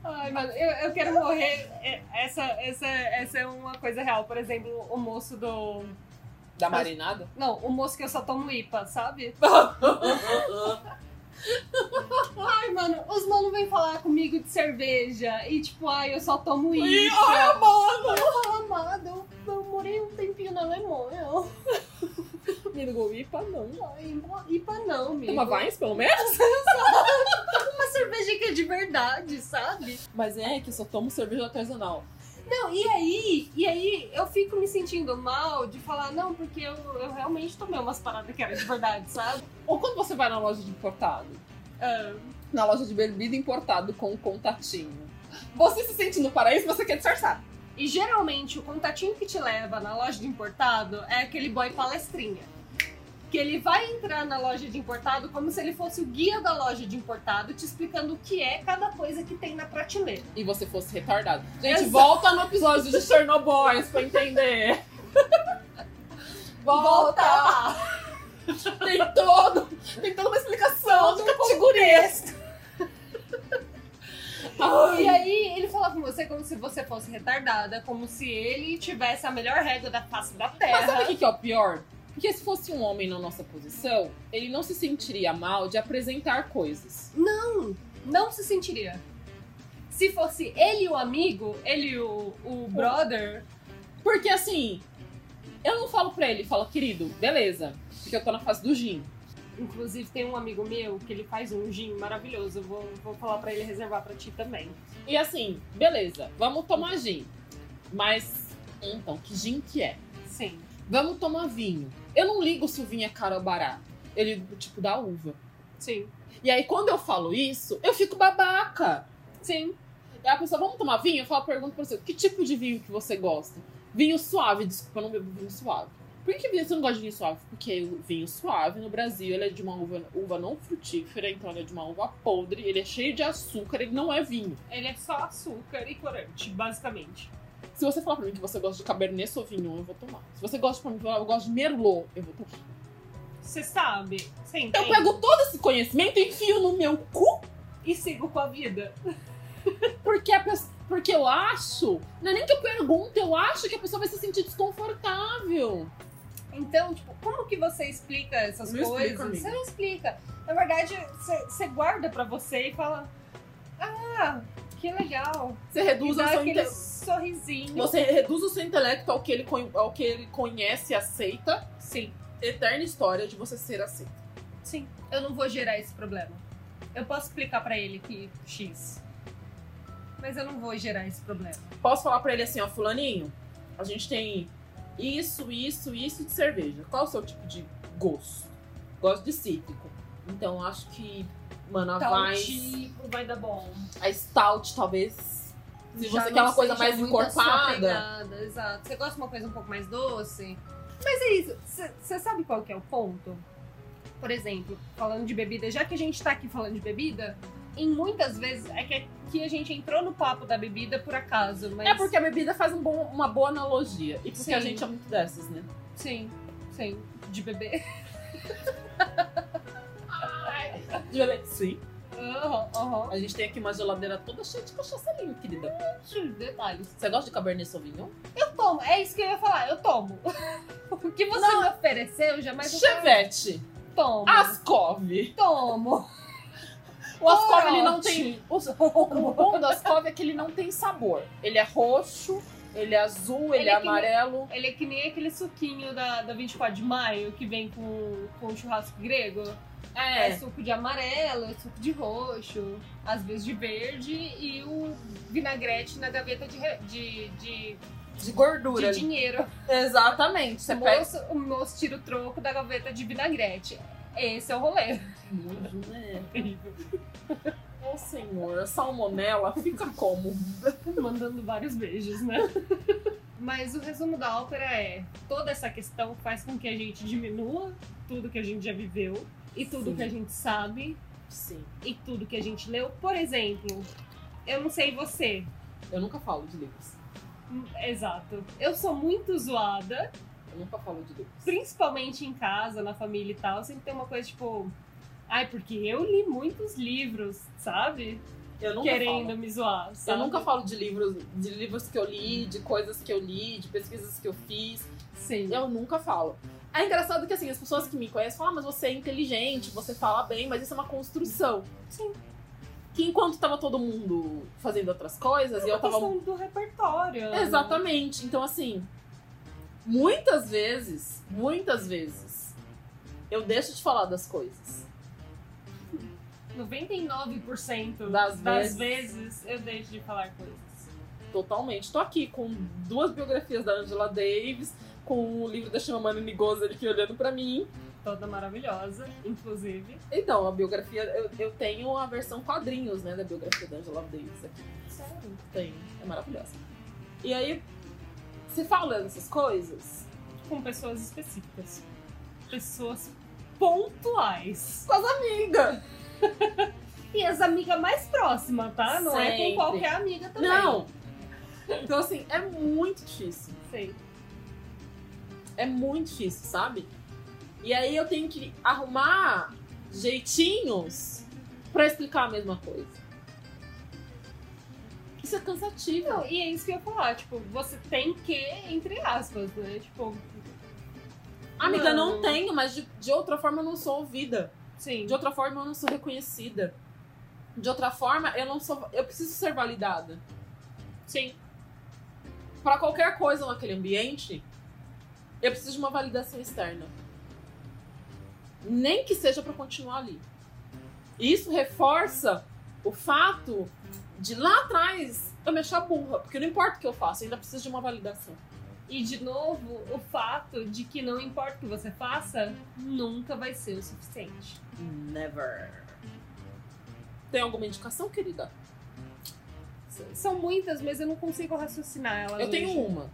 S2: Ai, mano, eu, eu quero morrer. É, Essa, essa, essa é uma coisa real. Por exemplo, o moço do.
S1: Da marinada?
S2: Não, o moço que eu só tomo IPA, sabe? Ai, mano, os manos vêm falar comigo de cerveja e tipo, ai, eu só tomo IPA.
S1: Ih, olha, mano!
S2: Ah, amada, eu, eu morei um tempinho na Alemanha.
S1: Amigo, IPA não.
S2: Ai, IPA não, amigo.
S1: Uma Vines, pelo menos?
S2: Uma cerveja que é de verdade, sabe?
S1: Mas é que eu só tomo cerveja artesanal.
S2: Não, e aí, e aí eu fico me sentindo mal de falar, não, porque eu, eu realmente tomei umas paradas que era de verdade, sabe?
S1: Ou quando você vai na loja de importado,
S2: Ah,
S1: na loja de bebida importado com um contatinho. Você se sente no paraíso, você quer disfarçar.
S2: E geralmente o contatinho que te leva na loja de importado é aquele boy palestrinha. Que ele vai entrar na loja de importado como se ele fosse o guia da loja de importado, te explicando o que é cada coisa que tem na prateleira.
S1: E você fosse retardado. Gente,
S2: Exato.
S1: volta no episódio de Chernobyl pra entender. volta.
S2: lá!
S1: Tem todo, tem toda uma explicação do categorista.
S2: E aí ele fala com você como se você fosse retardada, como se ele tivesse a melhor regra da face da
S1: Mas sabe o
S2: terra.
S1: que que é o pior? Porque se fosse um homem na nossa posição, ele não se sentiria mal de apresentar coisas.
S2: Não, não se sentiria. Se fosse ele o amigo, ele o, o brother,
S1: Porque assim, eu não falo pra ele, falo, querido, beleza, porque eu tô na fase do gin.
S2: Inclusive, tem um amigo meu que ele faz um gin maravilhoso. Eu vou, vou falar pra ele reservar pra ti também.
S1: E assim, beleza, vamos tomar gin. Mas, então, que gin que é?
S2: Sim.
S1: Vamos tomar vinho. Eu não ligo se o vinho é caro ou barato. Eu ligo, tipo, da uva.
S2: Sim.
S1: E aí, quando eu falo isso, eu fico babaca.
S2: Sim.
S1: E a pessoa, vamos tomar vinho? Eu falo, pergunto pra você, que tipo de vinho que você gosta? Vinho suave, desculpa, eu não bebo vinho suave. Por que vinho- você não gosta de vinho suave? Porque o vinho suave no Brasil ele é de uma uva, uva não frutífera, então ele é de uma uva podre, ele é cheio de açúcar, ele não é vinho.
S2: Ele é só açúcar e corante, basicamente.
S1: Se você falar pra mim que você gosta de Cabernet Sauvignon, eu vou tomar. Se você gosta pra mim que eu gosto de Merlot, eu vou tomar.
S2: Você sabe? Você
S1: Eu
S2: entende?
S1: pego todo esse conhecimento e enfio no meu cu,
S2: E sigo com a vida.
S1: porque a pessoa. Porque eu acho, não é nem que eu pergunto, eu acho que a pessoa vai se sentir desconfortável.
S2: Então, tipo, como que você explica essas
S1: Não
S2: coisas?
S1: explica, amiga.
S2: você não explica. Na verdade, você você guarda pra você e fala: Ah, que legal.
S1: Você
S2: E
S1: reduz a
S2: dá
S1: sua
S2: aquele assim,
S1: inte-
S2: sorrisinho.
S1: Você reduz o seu intelecto ao que ele, con- ao que ele conhece e aceita.
S2: Sim.
S1: Eterna história de você ser aceito.
S2: Sim, eu não vou gerar esse problema. Eu posso explicar pra ele que X. Mas eu não vou gerar esse problema.
S1: Posso falar pra ele assim, ó, fulaninho, a gente tem isso, isso, isso de cerveja. Qual o seu tipo de gosto? Gosto de cítrico. Então acho que, mano, a
S2: Tal
S1: Vines,
S2: Tá tipo vai dar bom.
S1: a Stout, talvez. Se
S2: Já
S1: você
S2: não
S1: quer uma coisa
S2: seja
S1: mais
S2: muito a sua
S1: encorpada.
S2: pegada, Exato. Você gosta de uma coisa um pouco mais doce? Mas é isso. Você sabe qual que é o ponto? Por exemplo, falando de bebida, já que a gente tá aqui falando de bebida, em muitas vezes é que aqui a gente entrou no papo da bebida por acaso, mas.
S1: É porque a bebida faz um bom- uma boa analogia. E porque a
S2: Sim.
S1: gente é muito dessas, né?
S2: Sim, sim. De bebê.
S1: De beber. Sim.
S2: Aham, aham.
S1: A gente tem aqui uma geladeira toda cheia de cachaça linda, querida.
S2: Detalhes.
S1: Você gosta de Cabernet Sauvignon?
S2: Eu tomo, é isso que eu ia falar, eu tomo. O que você me ofereceu, jamais eu
S1: Chevette,
S2: falei, tomo.
S1: Ascov.
S2: tomo.
S1: Ah, O Ascov, ele não tem... O, o bom do Ascov é que ele não tem sabor. Ele é roxo, ele é azul, ele,
S2: Ele
S1: é
S2: é que nem-
S1: amarelo.
S2: Ele é que nem aquele suquinho da, da 24 de maio que vem com, com churrasco grego. É.
S1: É.
S2: suco de amarelo, é suco de roxo, às vezes de verde e o vinagrete na gaveta de, re- de, de,
S1: De
S2: de
S1: gordura. ali.
S2: dinheiro.
S1: Exatamente. Você
S2: o,
S1: pega...
S2: moço, o moço tira o troco da gaveta de vinagrete. Esse é o rolê.
S1: Nojo, né?
S2: Terrível.
S1: Nossa, senhor, salmonela fica como?
S2: Mandando vários beijos, né? Mas o resumo da ópera é: toda essa questão faz com que a gente diminua tudo que a gente já viveu e tudo
S1: Sim.
S2: que a gente sabe
S1: Sim.
S2: e tudo que a gente leu. Por exemplo, eu não sei você.
S1: Eu nunca falo de livros.
S2: Hum, Exato. Eu sou muito zoada,
S1: Eu nunca falo de livros.
S2: principalmente em casa, na família e tal. Sempre tem uma coisa tipo. Ai, porque eu li muitos livros, sabe?
S1: Eu nunca
S2: Querendo
S1: falo.
S2: me zoar.
S1: Eu
S2: Sabe?
S1: nunca falo de livros, de livros que eu li, de coisas que eu li, de pesquisas que eu fiz.
S2: Sim.
S1: Eu nunca falo. É engraçado que assim, as pessoas que me conhecem falam, ah, mas você é inteligente, você fala bem, mas isso é uma construção.
S2: Sim.
S1: Que enquanto tava todo mundo fazendo outras coisas, e eu
S2: Eu
S1: tava.
S2: É questão do repertório. né?
S1: Exatamente. Então, assim, muitas vezes, muitas vezes, eu deixo de falar das coisas.
S2: 99%
S1: Das vezes.
S2: das, das vezes. eu deixo de falar coisas.
S1: Totalmente. Tô aqui com duas biografias da Angela Davis, com o livro da Chimamanda Ngozi aqui olhando pra mim.
S2: Toda maravilhosa, inclusive.
S1: Então, a biografia, eu, eu tenho a versão quadrinhos, né, da biografia da Angela Davis aqui.
S2: Sério?
S1: Tem, é maravilhosa. E aí, você fala dessas coisas
S2: Com pessoas específicas. Pessoas pontuais.
S1: com as amigas.
S2: E as amigas mais próximas, tá? Não é
S1: Sempre.
S2: com qualquer amiga também.
S1: Não! Então, assim, é muito difícil.
S2: Sei.
S1: É muito difícil, sabe? E aí eu tenho que arrumar jeitinhos pra explicar a mesma coisa. Isso é cansativo.
S2: Não, e é isso que eu ia falar. Tipo, você tem que, entre aspas, né? Tipo,
S1: Amiga, eu não
S2: Mano.
S1: tenho, mas de, de outra forma eu não sou ouvida.
S2: sim.
S1: De outra forma eu não sou reconhecida. De outra forma, eu não sou. Eu preciso ser validada.
S2: Sim.
S1: Pra qualquer coisa naquele ambiente, eu preciso de uma validação externa. Nem que seja pra continuar ali. E isso reforça o fato de lá atrás eu me achar burra, porque não importa o que eu faço, eu ainda preciso de uma validação.
S2: E de novo, o fato de que não importa o que você faça, nunca vai ser o suficiente.
S1: Never. Tem alguma indicação, querida?
S2: S- São muitas, mas eu não consigo raciocinar elas.
S1: Eu tenho
S2: hoje.
S1: uma,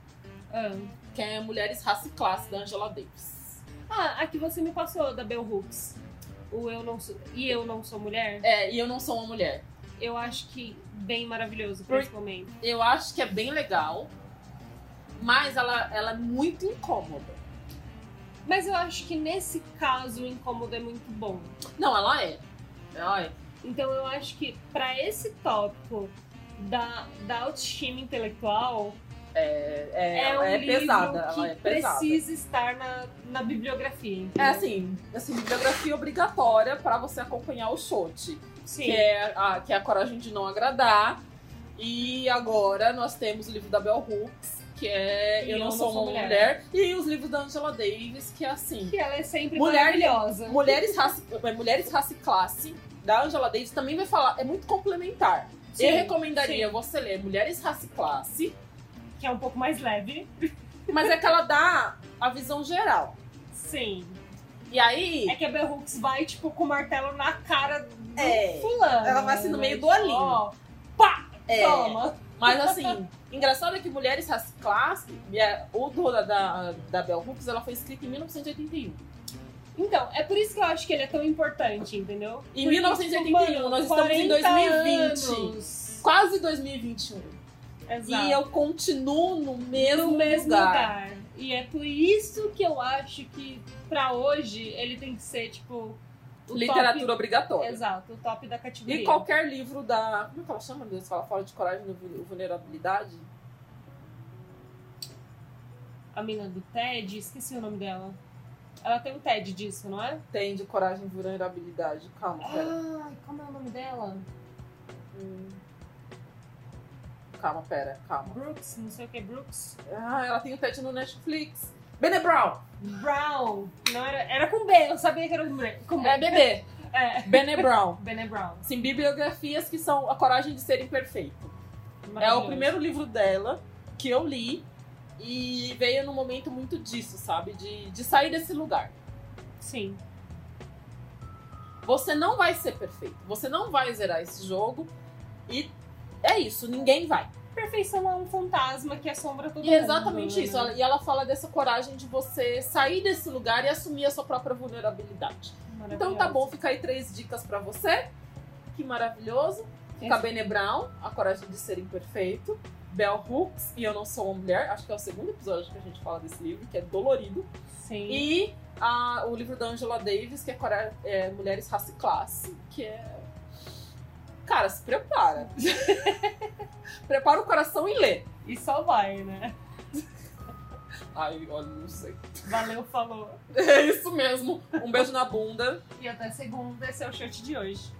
S2: Ah.
S1: que é Mulheres, Raça e Classe, da Angela Davis.
S2: Ah, a que você me passou, da Bell Hooks. O eu não sou, e eu não sou mulher.
S1: É, e eu não sou uma mulher.
S2: Eu acho que bem maravilhoso,
S1: Por-
S2: principalmente.
S1: Eu acho que é bem legal, mas ela, ela é muito incômoda.
S2: Mas eu acho que nesse caso o incômodo é muito bom.
S1: Não, ela é. Ela é.
S2: Então eu acho que pra esse tópico da, da autoestima intelectual
S1: É, é,
S2: é, um
S1: ela é
S2: livro
S1: pesada.
S2: que
S1: Ela é pesada.
S2: precisa estar na, na bibliografia.
S1: É
S2: entendeu?
S1: assim, assim, bibliografia obrigatória pra você acompanhar o Xote, que
S2: Sim.
S1: é, a, que é a coragem de não agradar. E agora nós temos o livro da Bell Hooks, que é
S2: E
S1: Eu Não Sou Uma mulher. e os livros da Angela Davis, que é assim.
S2: Que ela é sempre
S1: Mulher-
S2: maravilhosa.
S1: Mulheres, raça, Mulheres, raça e classe, da Angela Davis, também vai falar, é muito complementar.
S2: Sim,
S1: eu recomendaria você ler Mulheres, Raça e Classe,
S2: sim, que é um pouco mais leve.
S1: mas é que ela dá a visão geral.
S2: Sim.
S1: E aí,
S2: É que a Bell Hooks vai, tipo, com o martelo na cara do
S1: É.
S2: fulano.
S1: Ela vai assim no meio do
S2: Tipo,
S1: olhinho.
S2: ó, Pá!
S1: É.
S2: Toma!
S1: mas assim, engraçado é que Mulheres, Raça e Classe, e a- o Dora da, da Bell Hooks, ela foi escrita em 1981.
S2: Então, é por isso que eu acho que ele é tão importante, entendeu?
S1: Em
S2: Porque, tipo,
S1: 1981,
S2: mano,
S1: nós estamos em
S2: 40
S1: 2020.
S2: anos.
S1: Quase 2021.
S2: Exato.
S1: E eu continuo no mesmo,
S2: no mesmo
S1: lugar.
S2: lugar. E é por isso que eu acho que, pra hoje, ele tem que ser, tipo... o
S1: Literatura
S2: Top...
S1: obrigatória.
S2: Exato, o top da categoria.
S1: E qualquer livro da. Como é que ela chama, meu Deus? Fala Fora de Coragem e Vul- Vulnerabilidade?
S2: A mina do TED, esqueci o nome dela. Ela tem um TED disso, não é?
S1: Tem de Coragem e Vulnerabilidade. Calma, pera.
S2: Ai, como é o nome dela?
S1: Hum. Calma, pera, calma.
S2: Brooks, não sei o que, Brooks.
S1: Ah, ela tem o TED no Netflix. Bene Brown.
S2: Brown. Não era, era com B, eu sabia que era com B. Com B.
S1: É bebê.
S2: É.
S1: Bene Brown.
S2: Bene Brown.
S1: Sim, biografias Assim, que são A Coragem de Ser Imperfeito. É o
S2: Maravilhoso.
S1: primeiro livro dela que eu li e veio num momento muito disso, sabe? De, de sair desse lugar.
S2: Sim.
S1: Você não vai ser perfeito. Você não vai zerar esse jogo. E é isso, ninguém vai.
S2: Perfeição é um fantasma que assombra todo
S1: E
S2: mundo.
S1: é exatamente isso.
S2: né?
S1: Ela- E ela fala dessa coragem de você sair desse lugar e assumir a sua própria vulnerabilidade. Então tá bom, fica aí três dicas pra você. Que maravilhoso.
S2: Esse-
S1: Cabene Brown, A Coragem de Ser Imperfeito. Bell Hooks e Eu Não Sou Uma Mulher. Acho que é o segundo episódio que a gente fala desse livro, que é dolorido.
S2: Sim.
S1: E a- o livro da Angela Davis, que é, Cora- é Mulheres, Raça e Classe, que é. Cara, se prepara. prepara o coração e lê.
S2: E só vai, né?
S1: Ai, olha, não sei.
S2: Valeu, falou.
S1: É isso mesmo. Um beijo na bunda.
S2: E até segunda, esse é o short de hoje.